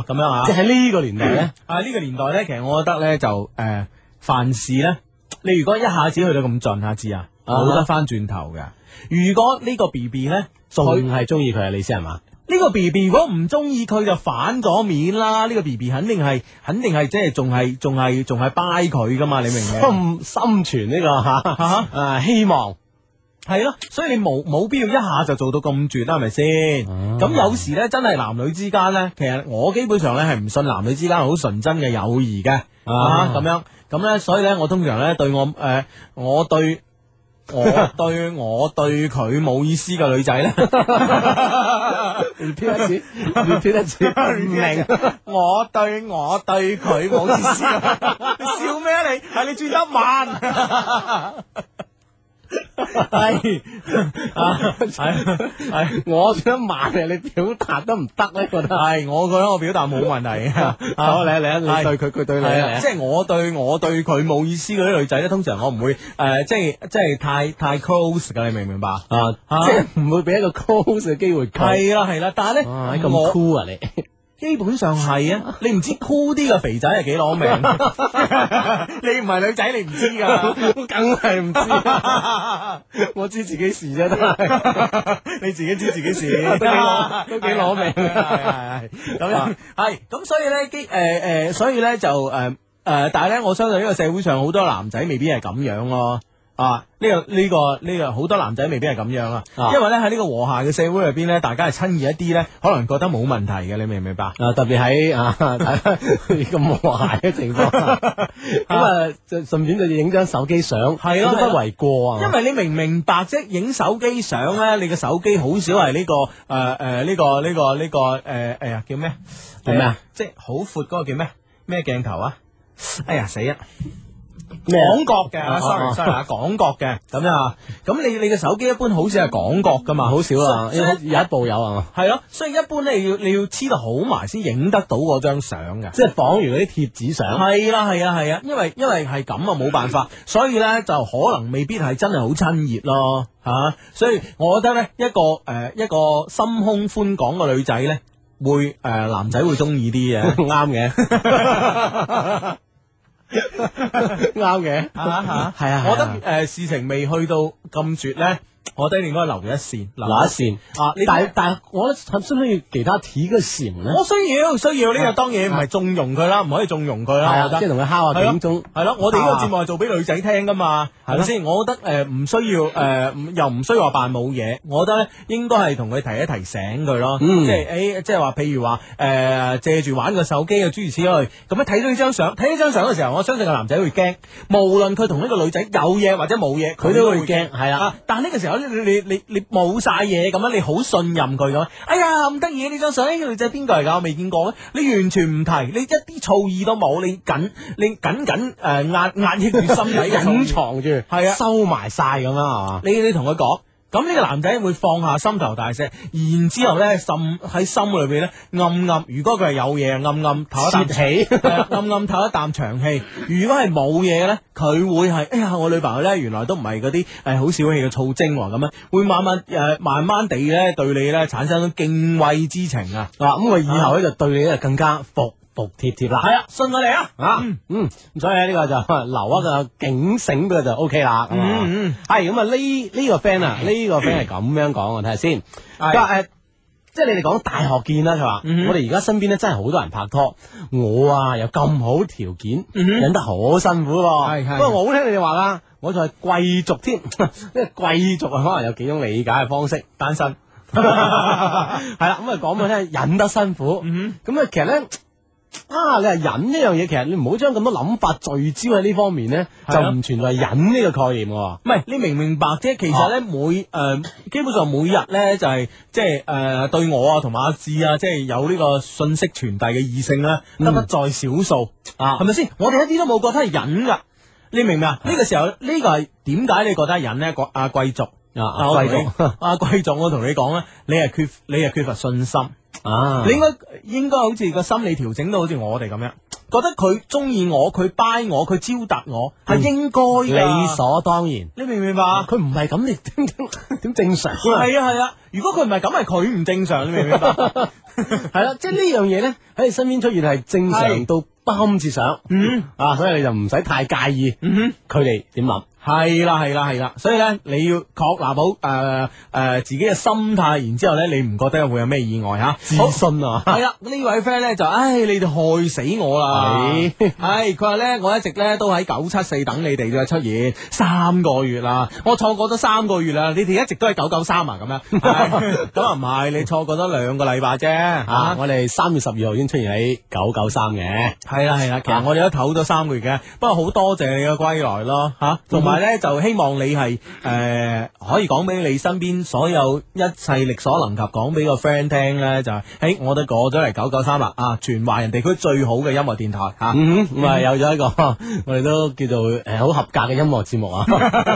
E: 咁樣啊，
F: 即係喺呢個 年代咧，
E: 啊呢、個年代咧，其實我覺得咧就誒、呃凡事咧，你如果一下子去到咁盡，下子啊，
F: 啊
E: 冇得翻轉頭嘅。如果呢個 B B 咧，
F: 仲
E: 佢
F: 係中意佢啊？你先係嘛？
E: 呢個 B B 如果唔中意佢就反咗面啦，呢、個 B B 肯定係肯定係即係仲係仲係仲係掰佢噶嘛，你明唔明？
F: 心心存呢個吓
E: 啊
F: 啊希望。
E: 系咯，所以你冇冇必要一下就做到咁絕啦，係咪先？咁、有時咧，真係男女之間咧，其實我基本上咧係唔信男女之間好純真嘅友誼嘅啊，咁樣咁咧，所以咧，我通常咧對我誒、呃我對。我對我對佢冇意思嘅女仔 咧
F: repeat 一次，repeat 一 次，
E: 唔明。我對我對佢冇意 思嘅，你笑咩啊你？係你轉得慢。
F: 系啊，系系，我想慢啊，你表達得唔得咧？覺得
E: 係，我覺得我表達冇問題嘅。
F: 好嚟啊嚟啊，你
E: 係
F: 對佢，佢對你
E: 係
F: 嚟
E: 啊
F: 啊
E: 即。係我對我對佢冇意思嗰啲女仔咧，通常我唔會诶，即係即係太太 close 噶，你明唔明白？
F: 啊，即係唔會俾一個 close 嘅機會佢。
E: 係啦係啦，但係咧
F: 啊，咁 cool 啊你！
E: 基本上係 啊，你唔知 cool 啲嘅肥仔係幾攞命， 你唔係女仔你唔知㗎。
F: 梗係唔 知，我知自己事啫，都 係
E: 你自己知自己事
F: 都幾攞都幾攞命。
E: 係係咁樣係咁，所以咧，基诶诶，所以咧就诶诶，呃但係咧，我相信呢個社會上好多男仔未必係咁樣咯。啊！呢、個呢、個呢、個好多男仔未必係咁樣啊，
F: 啊
E: 因為咧喺呢個和諧嘅社會入邊咧，大家係親熱一啲咧，可能覺得冇問題嘅，你明唔明白？
F: 啊，特別喺啊咁和諧嘅 情況下，咁啊就順便就影張手機相，
E: 係咯
F: 都不為過啊。
E: 因為你明唔明白啫？影手機相咧，你個手機好少係呢、個诶诶呢個呢、個呢、個诶诶、叫咩？
F: 叫咩啊
E: 呃即係好闊嗰個叫咩？咩鏡頭啊？哎呀死啊！
F: 咩
E: 廣角嘅啊
F: 哦
E: ，sorry
F: 哦
E: sorry 啊，廣角嘅咁啊，咁你你嘅手機一般好少係廣角噶嘛，好少
F: 啊
E: 所以
F: 有有一部有啊 嘛，
E: 係咯，所以一般咧你要你要黐得好埋先影得到嗰張相嘅。
F: 即係綁完嗰啲貼紙相。
E: 系啦系啦系啊，因为因为系咁啊，冇办法，所以咧就可能未必系真系好亲热咯吓、啊所以我觉得咧一个诶、呃一个心胸宽广嘅女仔咧，会诶、呃男仔会中意啲嘅，
F: 啱嘅，啱嘅，
E: 吓吓
F: 係啊
E: 我觉得
F: 係啊
E: 诶、呃事情未去到咁絕咧，我覺得你應該留一線，留
F: 嗱一線
E: 啊！你
F: 但但我覺得需唔需要其他貼嘅線咧？
E: 我需要需要呢個當然唔係縱容佢啦，唔可以縱容佢啦，我
F: 啊係
E: 覺得
F: 啊，即係同佢敲下
E: 係咯
F: 警鐘。
E: 系咯，我哋呢個節目係做俾女仔聽噶
F: 啊
E: 嘛，係咪先？我覺得诶唔需要诶，唔又唔需要話扮冇嘢，我覺得咧應該係同佢提一提醒佢咯，
F: 嗯
E: 即係诶，即係話譬如話诶借住玩個手機啊諸如此類，咁樣睇到呢張相，睇呢張相嘅時候，我相信個男仔會驚，無論佢同呢個女仔有嘢或者冇嘢，
F: 佢都會驚係啦
E: 啊但係呢個時候咧，你你你你冇晒嘢咁樣，你好信任佢咁，哎呀咁得意呢張相，呢個女仔邊個嚟㗎？我未見過咧，你完全唔提，你一啲醋意都冇，你緊你緊緊誒壓壓抑住心底 嘅醋意
F: 隱藏住，
E: 係啊
F: 收埋晒咁啦，
E: 你你同佢講，咁呢個男仔會放下心頭大石，然之後咧滲喺心裏邊咧暗暗，如果佢係有嘢，暗暗唞一啖
F: 係嘛？竊喜，
E: 係啊暗暗唞一啖長氣。如果係冇嘢咧，佢會係哎呀，我女朋友咧原來都唔係嗰啲誒好小氣嘅醋精喎，咁樣會慢慢誒、呃慢慢地咧對你咧產生咗敬畏之情啊！
F: 啊咁佢以後咧就對你咧更加服服帖帖啦。
E: 係啊，信我哋啊！
F: 啊，嗯，咁所以呢個就 留一個警醒俾佢就 O K 啦。咁啊
E: 嗯嗯，
F: 係咁啊呢呢個 friend 啊，呢個 friend 係咁樣講，我睇下先。佢
E: 啊
F: 話誒，即係你哋講大學見啦，佢話
E: 嗯哼
F: 我哋而家身邊咧真係好多人拍拖，我啊有咁好條件，
E: 嗯哼
F: 忍得好辛苦喎。
E: 係係
F: 不過我好聽你哋話啦，我仲係貴族添， 因為貴族啊可能有幾種理解嘅方式，單身。 係啦，咁啊講俾你聽，忍得辛苦，
E: 嗯
F: 咁啊，其實咧。啊！你係忍呢樣嘢，其實你唔好將咁多諗法聚焦喺呢方面咧，
E: 係
F: 就
E: 啊
F: 唔存在忍呢個概念喎。
E: 唔係你明唔明白啫？其
F: 哦
E: 實咧每誒、呃基本上每日咧就係即係誒對我啊同埋阿志啊，即係有呢個信息傳遞嘅異性咧，得不在少數
F: 嗯啊
E: 係咪先？我哋一啲都冇覺得係忍噶，你明唔明啊？呢個時候呢、個係點解你覺得係忍咧？貴啊貴族。
F: 啊，
E: 啊我同
F: 貴
E: 你
F: 族
E: 啊貴族，我同你講咧，啊你係缺你係缺乏信心，
F: 啊，
E: 你應該應該好似個心理調整到好似我哋咁樣，覺得佢中意我，佢 buy 我，佢招達我，係
F: 嗯
E: 應該㗎
F: 理所當然。啊
E: 你明唔明白？
F: 佢唔係咁，你 點點點正常啊？
E: 系啊系啊，如果佢唔系咁，系佢唔正常，你明唔明白？
F: 係啦，即係呢樣嘢咧喺你身邊出現係正常
E: 係
F: 到不堪設想
E: 嗯
F: 啊，所以你就唔使太介意
E: 嗯
F: 佢哋點諗。
E: 哼，系啦系啦系啦，所以咧你要確立好诶诶自己嘅心態，然之后咧你唔覺得會有咩意外吓？自信啊，係啦，呢位 friend 咧就唉你哋害死我啦，
F: 係
E: 係佢話咧我一直咧都喺九七四等你哋嘅出現三個月啦，我錯過咗三個月啦，你哋一直都係九九三啊咁樣， 係咁啊唔係你錯過咗兩個禮拜啫
F: 啊
E: 吓，
F: 我哋三月十二號已經出現喺九九三嘅，
E: 系啦系啦，其實我哋都唞咗三個月嘅，不過好多謝你嘅歸來咯吓，同埋咧就希望你係诶、可以講俾你身邊所有一切力所能及講俾個 friend 聽咧，就係诶、我都過咗嚟九九三啦啊，全華人地區最好嘅音樂電台吓，
F: 嗯哼咁啊有咗一個我哋都叫做诶好合格嘅音樂 節目啊，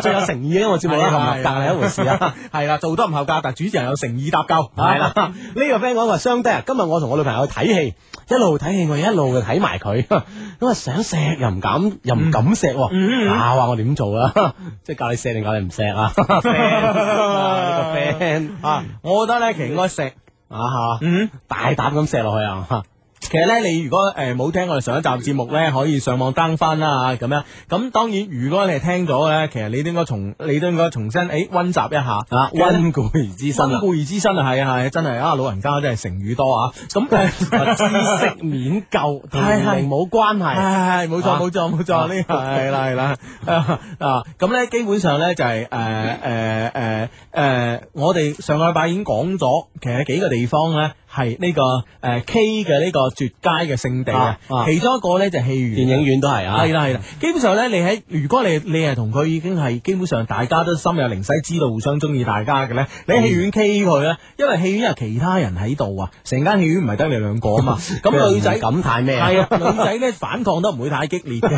F: 最有誠意嘅音樂節目啦，合唔合格係一回事啊。
E: 係啦，做得唔合格，但主持人有誠意搭救，系
F: 係啦，呢個 friend 講話相低啊！今日我同我女朋友去睇戲，一路睇戲我一路就睇埋佢， 咁啊想錫又唔敢，又唔敢錫喎，啊話我點做啊？ 即係教你錫定教你唔錫啊？
E: 啊呢個 friend 啊， 我覺得咧其實應該食。
F: 啊嚇，
E: 嗯，
F: 大膽咁錫落去啊！
E: 其實咧，你如果誒冇、聽我哋上一集節目咧，可以上網 down 翻啦咁樣。咁當然，如果你係聽咗咧，其實你都應該重，你都應該重新誒温習一下啊
F: 溫故而知新啊
E: 温故而知新啊，係啊係啊，真係啊，老人家真係成語多啊。咁
F: 知
E: 誒
F: 識面夠同
E: 係係
F: 年齡冇關係，
E: 係係冇錯
F: 啊
E: 冇錯冇錯，呢個係啦係啦 啊啊咁咧，基本上咧就係誒誒誒誒，我哋上個禮拜已經講咗，其實幾個地方咧係呢個誒 K 嘅呢個絕佳嘅聖地啊
F: 啊，啊
E: 其中一個咧就係戲院，
F: 電影院都係啊
E: 係啦係啦，基本上咧你喺如果你你係同佢已經係基本上大家都心有靈犀，知道互相中意大家嘅咧，你喺戲院 K 佢咧，因為戲院有其他人喺度啊，成間戲院唔係得你兩個啊 嘛，咁女仔
F: 咁太咩啊？
E: 系啊，女仔咧反抗得唔會太激烈嘅。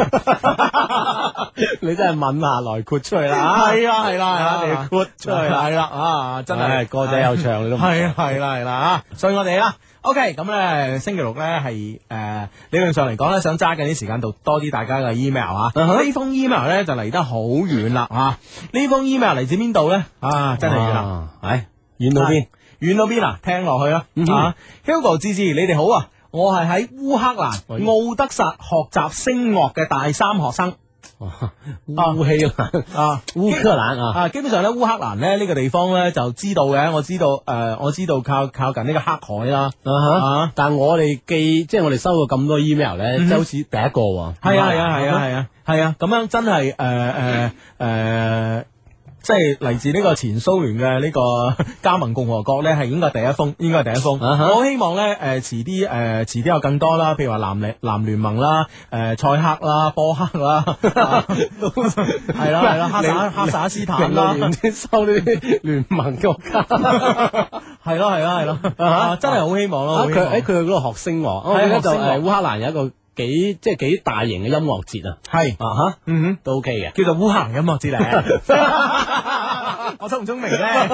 F: 你真係問下來豁出去 啦，啊
E: 係啦係啦係啦
F: 你要豁出去啦，
E: 係啦啊，真係
F: 唉歌仔又唱你都唔
E: 係啊
F: 唱
E: 係啦係啦啊，所以我哋啦。OK，咁咧星期六咧係誒理論上嚟講咧，想揸緊啲時間讀多啲大家嘅 email 啊。
F: Uh-huh
E: 呢封 email 咧就嚟得好遠啦啊！呢封 email 嚟自邊度咧？啊，真係遠啦！
F: 啦，唉，遠到邊？
E: 遠到邊啊？聽落去啦
F: 嗯哼
E: 啊！Hugo 志志，你哋好啊！我係喺烏克蘭奧德薩學習聲樂嘅大三學生。
F: 哦 烏氣蘭
E: 啊，
F: 烏克蘭啊
E: 啊，基本上咧烏克蘭咧呢個地方咧就知道嘅，我知道诶、呃我知道靠靠近呢個黑海啦，
F: 啊
E: 啊
F: 哈！但我哋寄即係我哋收到咁多 email 咧，
E: 嗯
F: 即係好似第一個喎。
E: 係啊係啊係啊係啊係啊，咁樣真係诶诶诶。呃即係嚟自呢個前蘇聯嘅呢個 加盟共和國咧，係應該第一封，應該係第一封。
F: 啊哈
E: 我希望咧，誒、遲啲誒、呃遲啲有更多啦，譬如話南聯南聯盟啦，誒、呃塞克啦、波克 啦，啊係啦係啦，哈薩哈薩克斯
F: 啊
E: 坦啊啦，
F: 唔知收呢啲聯盟國家。
E: 係咯係咯係咯， 啊真係好希望咯。
F: 啊
E: 好希
F: 佢
E: 望
F: 喺佢嗰度學聲樂，我
E: 係
F: 記得就
E: 學聲樂
F: 係烏克蘭有一個幾即係幾大型嘅音樂節啊。
E: 係
F: 啊哈，
E: 嗯哼，
F: 都 OK 嘅。
E: 叫做烏克蘭音樂節嚟。 我聰唔聰明咧？好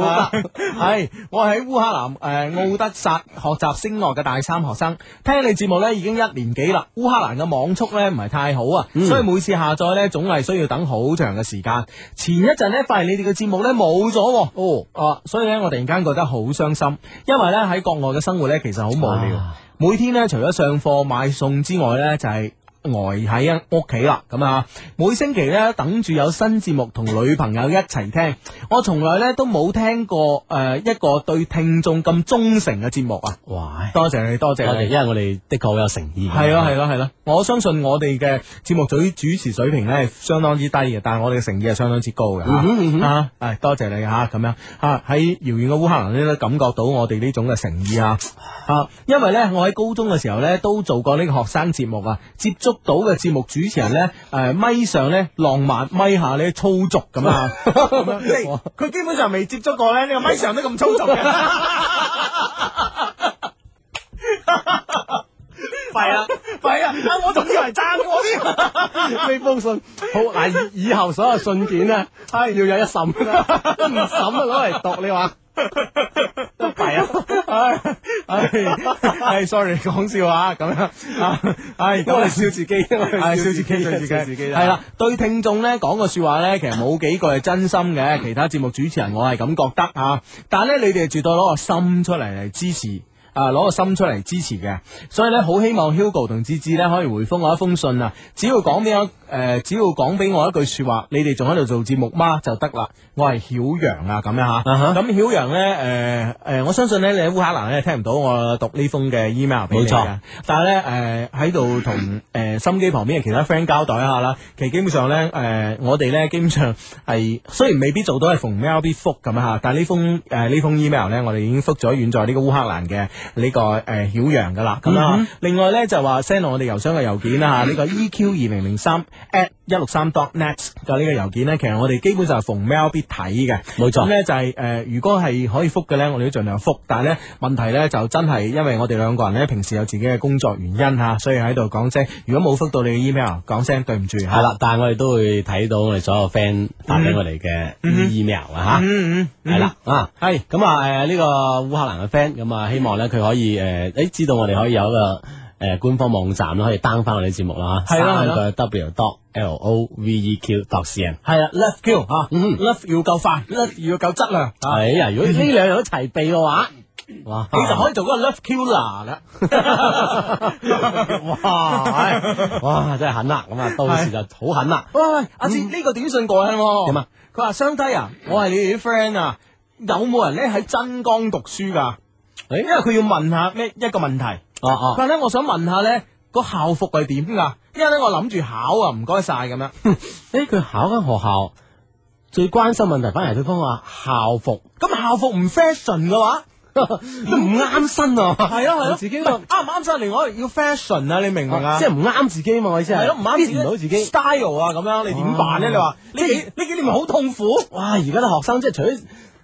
E: 得係我喺烏克蘭诶奥德薩學習聲樂嘅大三學生，聽你節目咧已經一年幾啦。烏克蘭嘅網速咧唔係太好啊，
F: 嗯
E: 所以每次下載咧總係需要等好長嘅時間。前一陣咧發現你哋嘅節目咧冇咗喎，哦，啊，所以咧我突然間覺得好傷心，因為咧喺國外嘅生活咧其實好無聊。
F: 啊
E: 每天咧除咗上課買餸之外咧，就係呆喺屋企啦，咁啊，每星期咧等住有新節目同女朋友一齊聽，我從來咧都冇聽過诶、呃一個對聽眾咁忠誠嘅節目啊！
F: 哇！
E: 多謝你，多
F: 我
E: 謝
F: 哋
E: 你，
F: 因為我哋的確好有誠意。
E: 係咯係咯係咯，我相信我哋嘅節目主主持水平咧係相當之低嘅，但係我哋嘅誠意係相當之高嘅
F: 嗯
E: 吓。
F: 哼嗯哼
E: 啊，係多謝你吓咁樣啊！喺遙遠嘅烏克蘭咧，都感覺到我哋呢種嘅誠意啊！啊，因為咧，我喺高中嘅時候咧，都做過呢個學生節目啊，接觸到嘅節目主持人咧，诶、咪上咧浪漫，咪下咧粗俗咁 啊，咁樣即係佢基本上未接觸過咧，呢、個咪上都咁粗俗 嘅。弊啊，弊啊！啊我仲以為爭我添。
F: 呢封信好嗱，以以後所有信件咧，係要有一審啦，唔審啊攞嚟讀你話。
E: 都弊啊！唉唉，sorry，講笑啊，咁樣啊，唉，咁
F: 我哋
E: 笑自己，唉，笑自啊己，笑自己，啊
F: 笑自己
E: 係啦，對聽眾咧講個说話咧，其實冇幾句係真心嘅，其他節目主持人我係咁覺得啊，但係咧你哋絕對攞個心出嚟嚟支持。啊攞個心出嚟支持嘅，所以咧好希望 Hugo 同芝芝咧可以回覆我一封信啊，只要講俾我诶，只要講俾我一句说話，你哋仲喺度做節目嗎就得啦。我係曉陽啊，咁樣吓。咁曉陽咧诶诶，呃我相信咧你喺烏克蘭咧聽唔到我讀呢封嘅 email 俾你
F: 冇錯
E: 嘅。但係咧，诶喺度同诶心機旁邊嘅其他 friend 交代一下啦。其實基本上咧，诶、我哋咧基本上係雖然未必做到係逢 mail 必覆咁吓，但係呢封诶呢、封 email 咧，我哋已經覆咗遠在呢個烏克蘭嘅呢、個个诶曉陽噶啦。咁啊，
F: 嗯哼嗯
E: 另外咧就話 send 我哋郵箱嘅郵件啊啦吓，呢、個 EQ 二零零三 at 一六三 dot net 嘅呢個郵件咧，其實我哋基本上係逢 mail 必睇嘅。
F: 冇錯
E: 咁咧就係、呃如果係可以覆嘅咧，我哋都盡量覆。但係咧問題咧就真係因為我哋兩個人咧平時有自己嘅工作原因嚇，所以喺度講聲，如果冇覆到你嘅 email，講聲對唔住嚇。
F: 系啦，但系我哋都會睇到我哋所有 friend 發俾我哋嘅 email 啊
E: 嗯
F: 吓，係啦啊，
E: 系
F: 咁啊诶呢個烏克蘭嘅 friend 咁啊，希望咧佢可以诶诶知道我哋可以有一個诶官方網站啦，可以 down 翻我哋節目啦吓，
E: 係啦係
F: 三
E: 啦
F: 個 w dot l o v e q dot c n。嗯
E: 系啦，love Q 吓，love 要夠快，love 要夠質量。啊
F: 係啊，如果呢兩樣都齊備嘅話，哇！
E: 啊你就可以做嗰個 love killer 啦。
F: 哇，係哇，真係狠啦！咁啊，到時就好狠啦。 嗯
E: 喂喂喂，哎阿志呢個短信過癮喎。
F: 點啊？
E: 佢話雙低啊，我係你哋啲 friend 啊，有冇人咧喺真江讀書㗎？
F: 誒
E: 因為佢要問下咩一個問題。
F: 哦哦
E: 但係咧，我想問下咧，個校服係點㗎？因為咧，我諗住考啊，唔該晒咁 樣。
F: 诶，佢考間學校最關心問題，反而係對方話校服
E: 咁校服唔 fashion 嘅話，
F: 都唔啱身啊，
E: 係咯係咯，
F: 自己
E: 唔
F: 個
E: 係啱唔啱身？另外要 fashion 啊，你明唔明啊？
F: 即係唔啱自己嘛，我意思係
E: 係咯，啊唔啱
F: fit 唔到自己。
E: style 啊，咁樣你點辦咧？
F: 哦
E: 你話呢幾呢幾年咪好痛苦？
F: 哇！而家啲學生即係除咗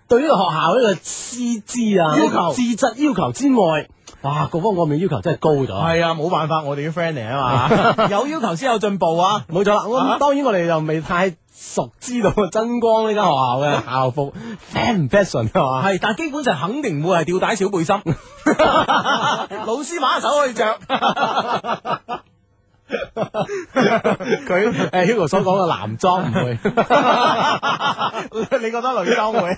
F: 對呢個學校呢個師資啊、
E: 要求
F: 資質要求之外，哇，各方各面要求真係高咗。
E: 係啊，冇辦法，我哋啲 friend 嚟啊 嘛，有要求先有進步啊。
F: 冇錯啦，我
E: 啊
F: 咁當然我哋就未太熟知道真光呢間學校嘅校服 fashion 唔 fashion 係嘛。
E: 系，但系基本上肯定唔會係吊帶小背 心，老師把手可以着。
F: 佢诶 Hugo 所講嘅男裝唔會。
E: 你覺得女裝 會？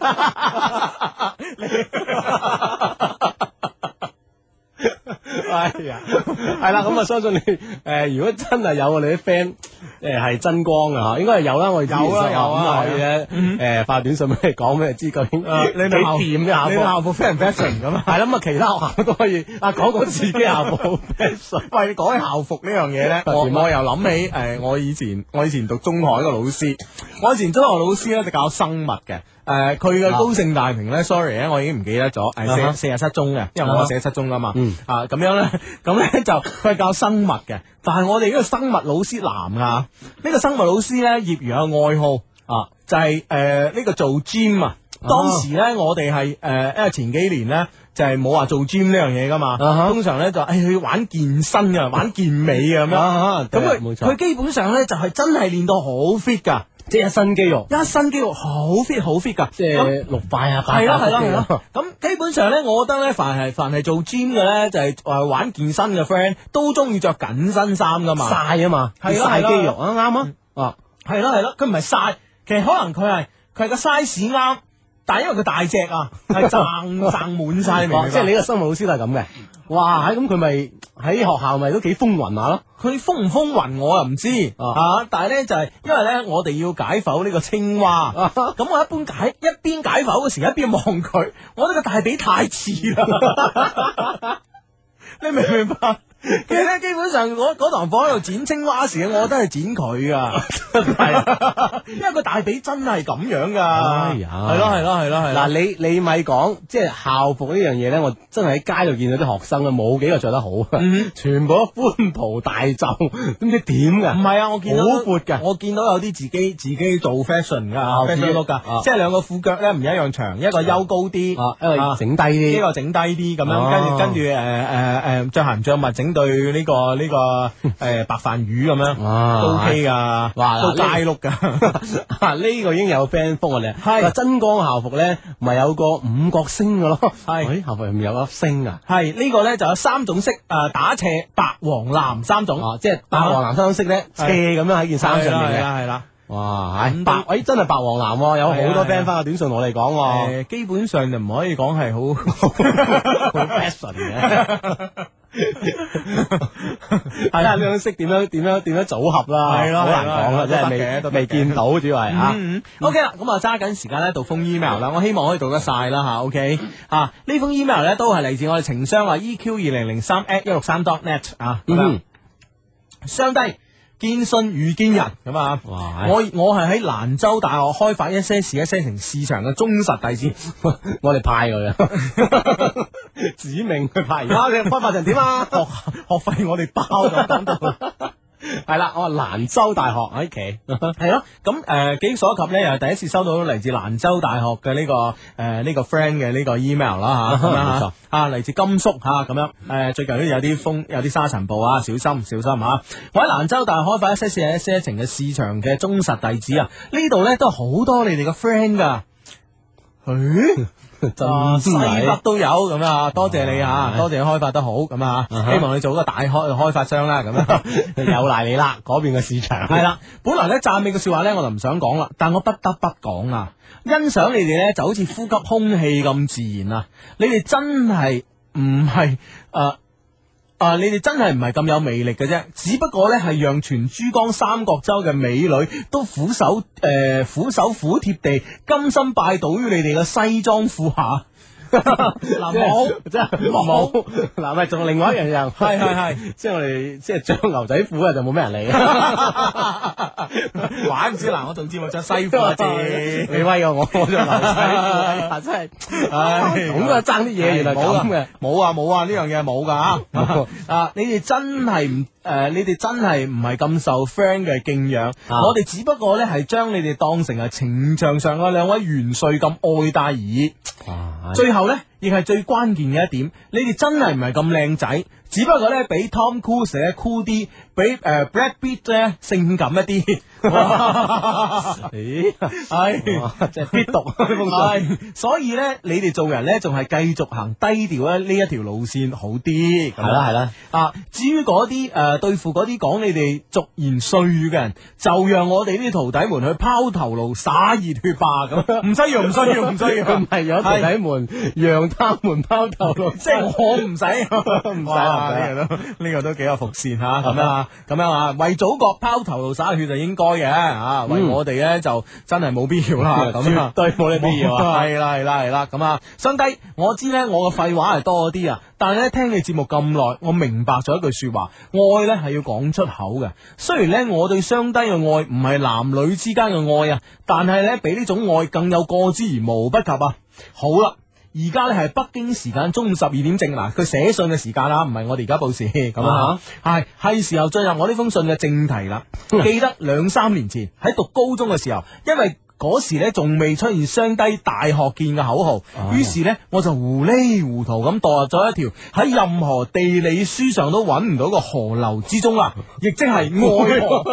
F: 系啊，系啦，咁啊，相信你诶、誒如果真係有我哋啲 friend 诶係真光啊嘅吓，應該係有啦，我哋之前
E: 有啦
F: 所
E: 有啊
F: 咁可以咧诶、發短信俾你講俾你知究竟
E: 你咪校
F: 幾掂嘅校
E: 啊你咪校
F: 服 fashion fashion 咁啊，系啦，咁啊其他學校都可以啊講講自己 校服 fashion，
E: 喂，你講起校服呢樣嘢咧，我我
F: 點啊
E: 又諗起诶、誒我以前我以前讀中學一個老師，我以前中學老師咧就教生物嘅。誒佢嘅高盛大評咧，sorry 咧，我已經唔記得咗，
F: 啊
E: 誒
F: 哈
E: 四四廿七中嘅，因為
F: 啊
E: 我
F: 哈
E: 寫七中啊嘛
F: 嗯，
E: 啊咁樣咧，咁咧就佢係教生物嘅，但係我哋呢個生物老師男啊，呢個生物老師咧業餘有愛好啊，就係誒呢個做 gym 啊，當時咧我哋係呃誒，因為前幾年咧就係冇話做 gym 呢樣嘢噶嘛，
F: 啊哈
E: 通常咧就誒去玩健身 嘅，玩健美嘅咁樣。
F: 啊
E: 咁佢
F: 冇
E: 佢
F: 錯，
E: 基本上咧就係真係練到好 fit 噶，
F: 即係一身肌肉，
E: 一身肌肉好 fit 好 fit 噶，
F: 即
E: 咁
F: 係六塊啊，八
E: 係啦係啦
F: 塊肌肉
E: 係啦，咁基本上咧，我覺得咧，凡係凡係做 gym 嘅咧，就係誒玩健身嘅 friend 都中意着緊身衫噶嘛，
F: 晒啊嘛，
E: 係啦
F: 晒
E: 係啦
F: 肌肉啊，啱啊，
E: 啊，係啦係啦，佢唔係晒，其實可能佢係佢係個 size 啱，但係因為佢大隻啊， 係 掙掙滿晒，你明唔
F: 哦
E: 明
F: 即係
E: 白
F: 你個生物老師都係咁嘅，哇，咁佢咪喺學校咪都幾風雲下咯。
E: 佢風唔風雲我又唔知
F: 啊
E: 啊，但係咧就係、因為咧我哋要解剖呢個青蛙，
F: 啊
E: 咁我一般解一邊解剖嘅時候一邊望佢，我呢個大髀太似 啦，你明唔明白？其實咧，基本上我嗰堂課喺度剪青蛙時，我覺得係剪佢噶， 係， 因為個大髀真係咁樣噶，
F: 哎呀
E: 啊係咯係咯係咯係咯
F: 嗱，你你咪講，即係校服呢樣嘢咧，我真係喺街度見到啲學生啊，冇幾個着得好，啊
E: 嗯
F: 全部都寬袍大袖，都唔知點
E: 唔
F: 嘅。
E: 係啊，我見到
F: 好闊㗎
E: 我見到有啲自己自己做 fashion 噶
F: 自己
E: ，fashion look 噶
F: 啊，
E: 即係兩個褲腳咧唔一樣長，一個休高啲，
F: 啊，因為整低
E: 呢
F: 啲，
E: 個整低啲咁樣，
F: 哦
E: 跟住跟住誒誒誒着鞋唔着襪，整對呢個呢 個誒白飯魚咁樣，
F: 哇
E: 都 OK 噶，
F: 啊哇
E: 都
F: 嗱呢
E: 街碌噶，
F: 啊呢個已經有 friend 覆我哋，
E: 係
F: 話真光校服咧，咪有個五角星嘅咯，
E: 係
F: 喂校服入面有粒星啊，
E: 係呢個咧就有三種色，誒打斜、白、黃、藍三種，
F: 哦啊，即係白黃藍三色咧，
E: 係
F: 斜咁樣喺件衫上面
E: 係
F: 嘅。
E: 啦係啦。
F: 哇，系白，诶，真系白黄蓝喎，有好多
E: 係啊
F: friend 翻個短信同我哋講 喎，
E: 诶，基本上就唔可以講係好好
F: fashion 嘅。睇下你識點樣點樣點樣組合啦，
E: 係咯
F: 好
E: 係咯
F: 難講啦，啊
E: 係咯
F: 真
E: 都
F: 係
E: 得嘅都得
F: 未
E: 嘅
F: 未見到主要係啊。
E: 嗯嗯嗯 OK 啦，咁啊揸緊時間咧讀封 email 啦，我希望可以讀得晒啦吓。OK 啊，呢封 email 咧都係嚟自我哋情商啊 EQ 二零零三 at 一六三 dot net 啊。咁樣相低。堅信遇堅人咁啊！我我係喺蘭州大學開發一些事一些情市場嘅忠實弟子， 我哋派佢啊， 指命佢派。而
F: 家你開發成點啊
E: 學學費我哋包咁講到。 系啦，我話蘭州大學喺企， 係咯，咁誒幾所及咧，又係第一次收到嚟自蘭州大學嘅呢個誒呢個 friend 嘅呢個 email 啦嚇，咁樣
F: 冇錯
E: 嚇啊嚟自甘肅嚇咁樣，誒最近都有啲風有啲沙塵暴啊，小心小心嚇！我喺蘭州大學開發一些事一些情嘅市場嘅忠實弟子啊，呢度咧都好多你哋嘅 friend 㗎。誒
F: 真
E: 啊西
F: 係
E: 北都有咁啊！多謝你啊，多謝你開發得好咁啊！
F: 哈
E: 希望你做一個大開開發商啦，咁 樣
F: 有賴你啦，嗰邊嘅市場
E: 系啦，本來咧讚美嘅说話咧，我就唔想講啦，但我不得不講啊，欣賞你哋咧就好似呼吸空氣咁自然啊！你哋真係唔係诶。呃啊！你哋真係唔係咁有魅力嘅啫，只不過呢係讓全珠江三角洲嘅美女都俯首诶、呃俯首苦貼地，甘心拜倒於你哋嘅西裝褲下。嗱 冇，
F: 即係冇嗱，咪仲有另外一樣 嘢，
E: 係係係，
F: 即係我哋即係着牛仔褲啊，就冇咩人理，
E: 玩唔知嗱，我仲知 我着西褲啊，姐
F: 你威過我，我着牛仔褲， 哎呀真係，唉咁啊爭啲嘢原來咁嘅。
E: 冇啊冇啊呢樣嘢冇噶吓啊！你哋真係唔诶，你哋真係唔係咁受 friend 嘅敬仰，我哋只不過咧係將你哋當成係情場上嘅兩位元帥咁愛戴而已。
F: 哎
E: 最後呢，亦係最關鍵嘅一點，你哋真係唔係咁靚仔，只不過呢，比 Tom Cruise 咧酷啲，比誒、呃 Brad Pitt 咧性感一啲。咦，係即係必讀啊係，所以呢，你哋做人呢，仲係繼續行低調啊咧呢一條路線好啲。係
F: 係啦係啦。
E: 啊，至於嗰啲誒對付嗰啲講你哋俗言碎語嘅人，就讓我哋呢啲徒弟們去拋頭顱灑熱血吧咁，唔需要唔需要唔需要，
F: 唔係有徒弟們讓他們拋頭露，
E: 即係 我唔 使，唔
F: 唔使啦唔使啦
E: 呢個都呢個都幾有伏線嚇，咁樣啊，咁樣啊，為祖國拋頭顱灑血就應該嘅嚇，為
F: 嗯
E: 我哋咧就真係冇必要 啦，咁啊
F: 絕對冇呢必要 啊
E: 係啦係啦係啦，咁啊，相低，我知咧我嘅廢話係多啲啊，但係咧聽你節目咁耐，我明白咗一句説話，愛咧係要講出口嘅。雖然咧我對相低嘅愛唔係男女之間嘅愛啊，但係咧比呢種愛更有過之而無不及啊！好啦。而家咧係北京時間中午十二點正嗱，佢寫信嘅時間啊啦，唔係我哋而家報時咁啊，係係時候進入我呢封信嘅正題啦。記得兩三年前喺讀高中嘅時候，因為嗰時咧仲未出現雙低大學見嘅口號，於是呢，我就糊里糊塗咁墮入咗一條喺任何地理書上都揾唔到嘅河流之中啦，亦即係愛河。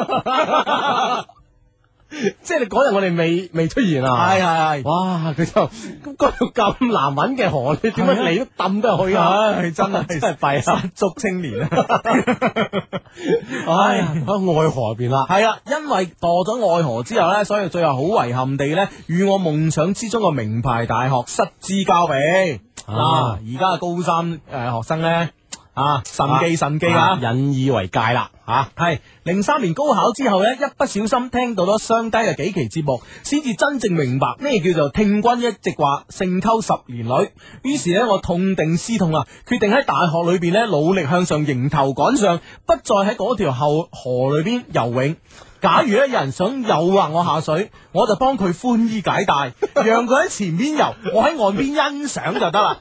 F: 即係你嗰日我哋未未出現啊，
E: 係係係
F: 哇！佢就咁嗰度咁難揾嘅河，你點
E: 係啊
F: 解你都抌得去啊？
E: 唉真係
F: 真係弊啊！
E: 足青年啊！
F: 唉，哎啊喺愛河入邊啦，
E: 系啦，啊因為墮咗愛河之後呢，所以最後好遺憾地呢，與我夢想之中嘅名牌大學失之交臂。啊，
F: 啊
E: 而家嘅高三诶、呃學生呢，啊，神機神機啊！
F: 引以為戒啦嚇。
E: 系零三年高考之後呢，一不小心聽到咗雙低嘅幾期節目，先至真正明白咩叫做聽君一席話勝溝十年女。於是呢，我痛定思痛啊，決定喺大學裏邊呢，努力向上，迎頭趕上，不再喺嗰條後河裏邊游泳。假如咧有人想誘惑我下水，我就幫佢寬衣解帶，讓佢喺前邊游，我喺岸邊欣賞就得啦。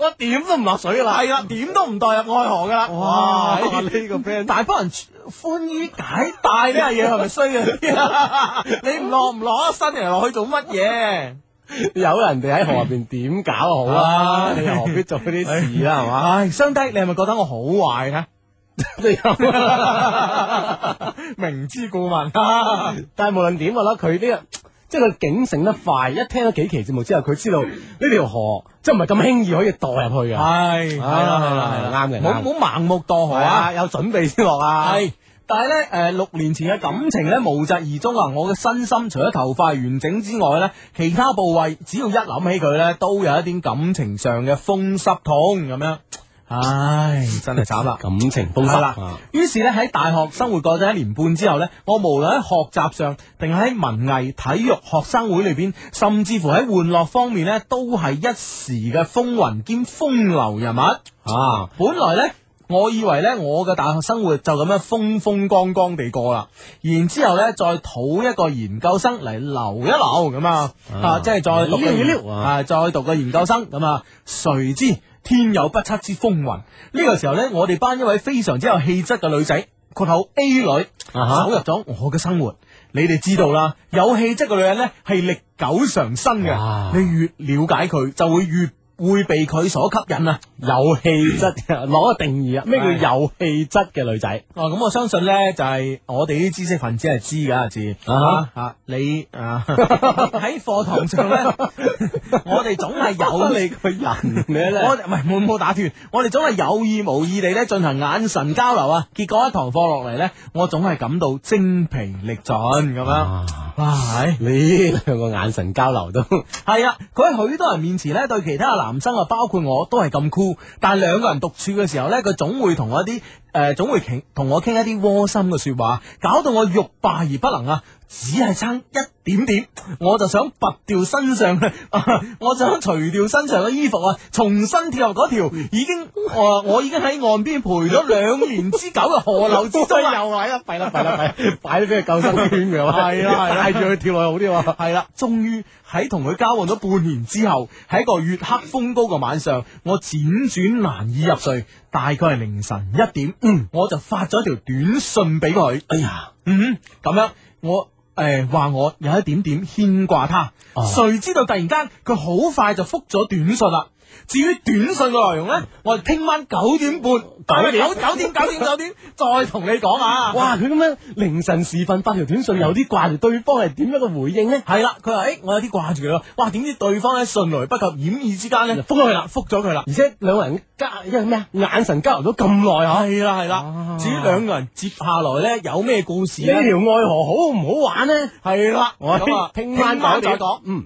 E: 我點都唔落水噶啦，係啦，點都唔代入愛河噶啦。
F: 哇！
E: 哇
F: 呢個 friend
E: 大幫人寬衣解帶呢樣嘢係咪衰嘅啊？你唔落唔落一身人落去做乜嘢？
F: 有人哋喺河入邊點搞好啊？
E: 唉
F: 你又何必做呢啲事啊啦？係嘛？
E: 唉，相低，你係咪覺得我好壞啊？明知故問啊！
F: 但係無論點，我覺得佢呢個。即係佢警醒得快，一聽咗幾期節目之後，佢知道呢條河即係唔係咁輕易可以墮入去嘅。
E: 係係啦係啦係啦，
F: 啱嘅
E: 冇
F: 啱嘅
E: 冇盲目墮河
F: 係啊，
E: 啊啊！
F: 有準備先落啊。
E: 係但系咧，诶、六年前嘅感情咧無疾而終啊！我嘅身心除咗頭髮完整之外咧，其他部位只要一諗起佢咧，都有一啲感情上嘅風濕痛咁樣。唉，真 係慘啦！
F: 感情風濕
E: 係啦
F: 啊。
E: 於是咧喺大學生活過咗一年半之後咧，我無論喺學習上，定係喺文藝、體育、學生會裏邊，甚至乎喺玩樂方面咧，都係一時嘅風雲兼風流人物啊！本來咧。我以為咧，我嘅大學生活就咁樣風風光光地過啦，然之後咧再討一個研究生嚟留一留咁啊，啊，即係再讀個研
F: 溜一溜啊
E: 啊，再讀個研究生咁啊，誰知天有不測之風雲。呢、個時候呢，我哋班一位非常之有氣質嘅女仔，括號 A 女，走入咗我嘅生活。你哋知道啦，有氣質嘅女人呢係歷久常新嘅，你越了解佢，就會越會被佢所吸引啊！
F: 有氣 質，攞個定義啊！咩叫有氣質嘅女仔？
E: 哦，咁我相信咧，就係我哋啲知識分子係知噶，阿志
F: 啊
E: 啊，你啊 喺課堂上咧，我哋總係有
F: 你個人你咧
E: 我哋唔係冇冇打斷，我哋總係有意無意地咧進行眼神交流啊。結果一堂課落嚟咧，我總係感到精疲力盡咁樣。哇！
F: 你兩個眼神交流都〜
E: 係啊，佢喺許多人面前咧，對其他嘅男生啊，包括我都係咁酷，但係兩個人獨處嘅時候咧，佢總會同我一啲誒、呃，總會傾同我傾一啲窩心嘅説話，搞到我欲罷而不能啊！只係差一點點，我就想拔掉身上 嘅、我就想除掉身上嘅衣服啊，重新跳入嗰條已經我、我已經喺岸邊陪咗兩年之久嘅河流之中又
F: 係哎啦，弊啦，弊啦，弊，擺咗俾佢救生圈嘅喎，
E: 係啦係啦
F: 帶住佢跳落去好啲喎，
E: 係啦，終於喺同佢交往咗半年之後，喺一個月黑風高嘅晚上，我輾轉難以入睡，大概係凌晨一點，嗯，我就發咗條短信俾佢。哎呀，嗯，咁樣我。誒話、我有一點點牽掛他，
F: 哦
E: 誰知道突然間佢好快就覆咗短信啦。至於短信嘅內容呢，我哋聽晚九點半，
F: 九點
E: 九九點九點九點再同你講啊！
F: 哇！佢咁樣凌晨時分發條短信，有啲掛住對方係點樣嘅回應咧？
E: 係啦，佢話：，誒，我有啲掛住佢咯。哇，點知對方咧迅雷不及掩耳之間咧，覆咗佢啦，覆咗佢啦。
F: 而且兩個人交，因為咩啊？眼神交流咗咁耐啊！
E: 係啦係啦，至於兩個人接下來咧有咩故事
F: 呢條
E: 咧？
F: 愛河好唔好玩咧？
E: 係啦，
F: 我
E: 咁啊，
F: 聽晚九
E: 再
F: 點
E: 講。
F: 嗯。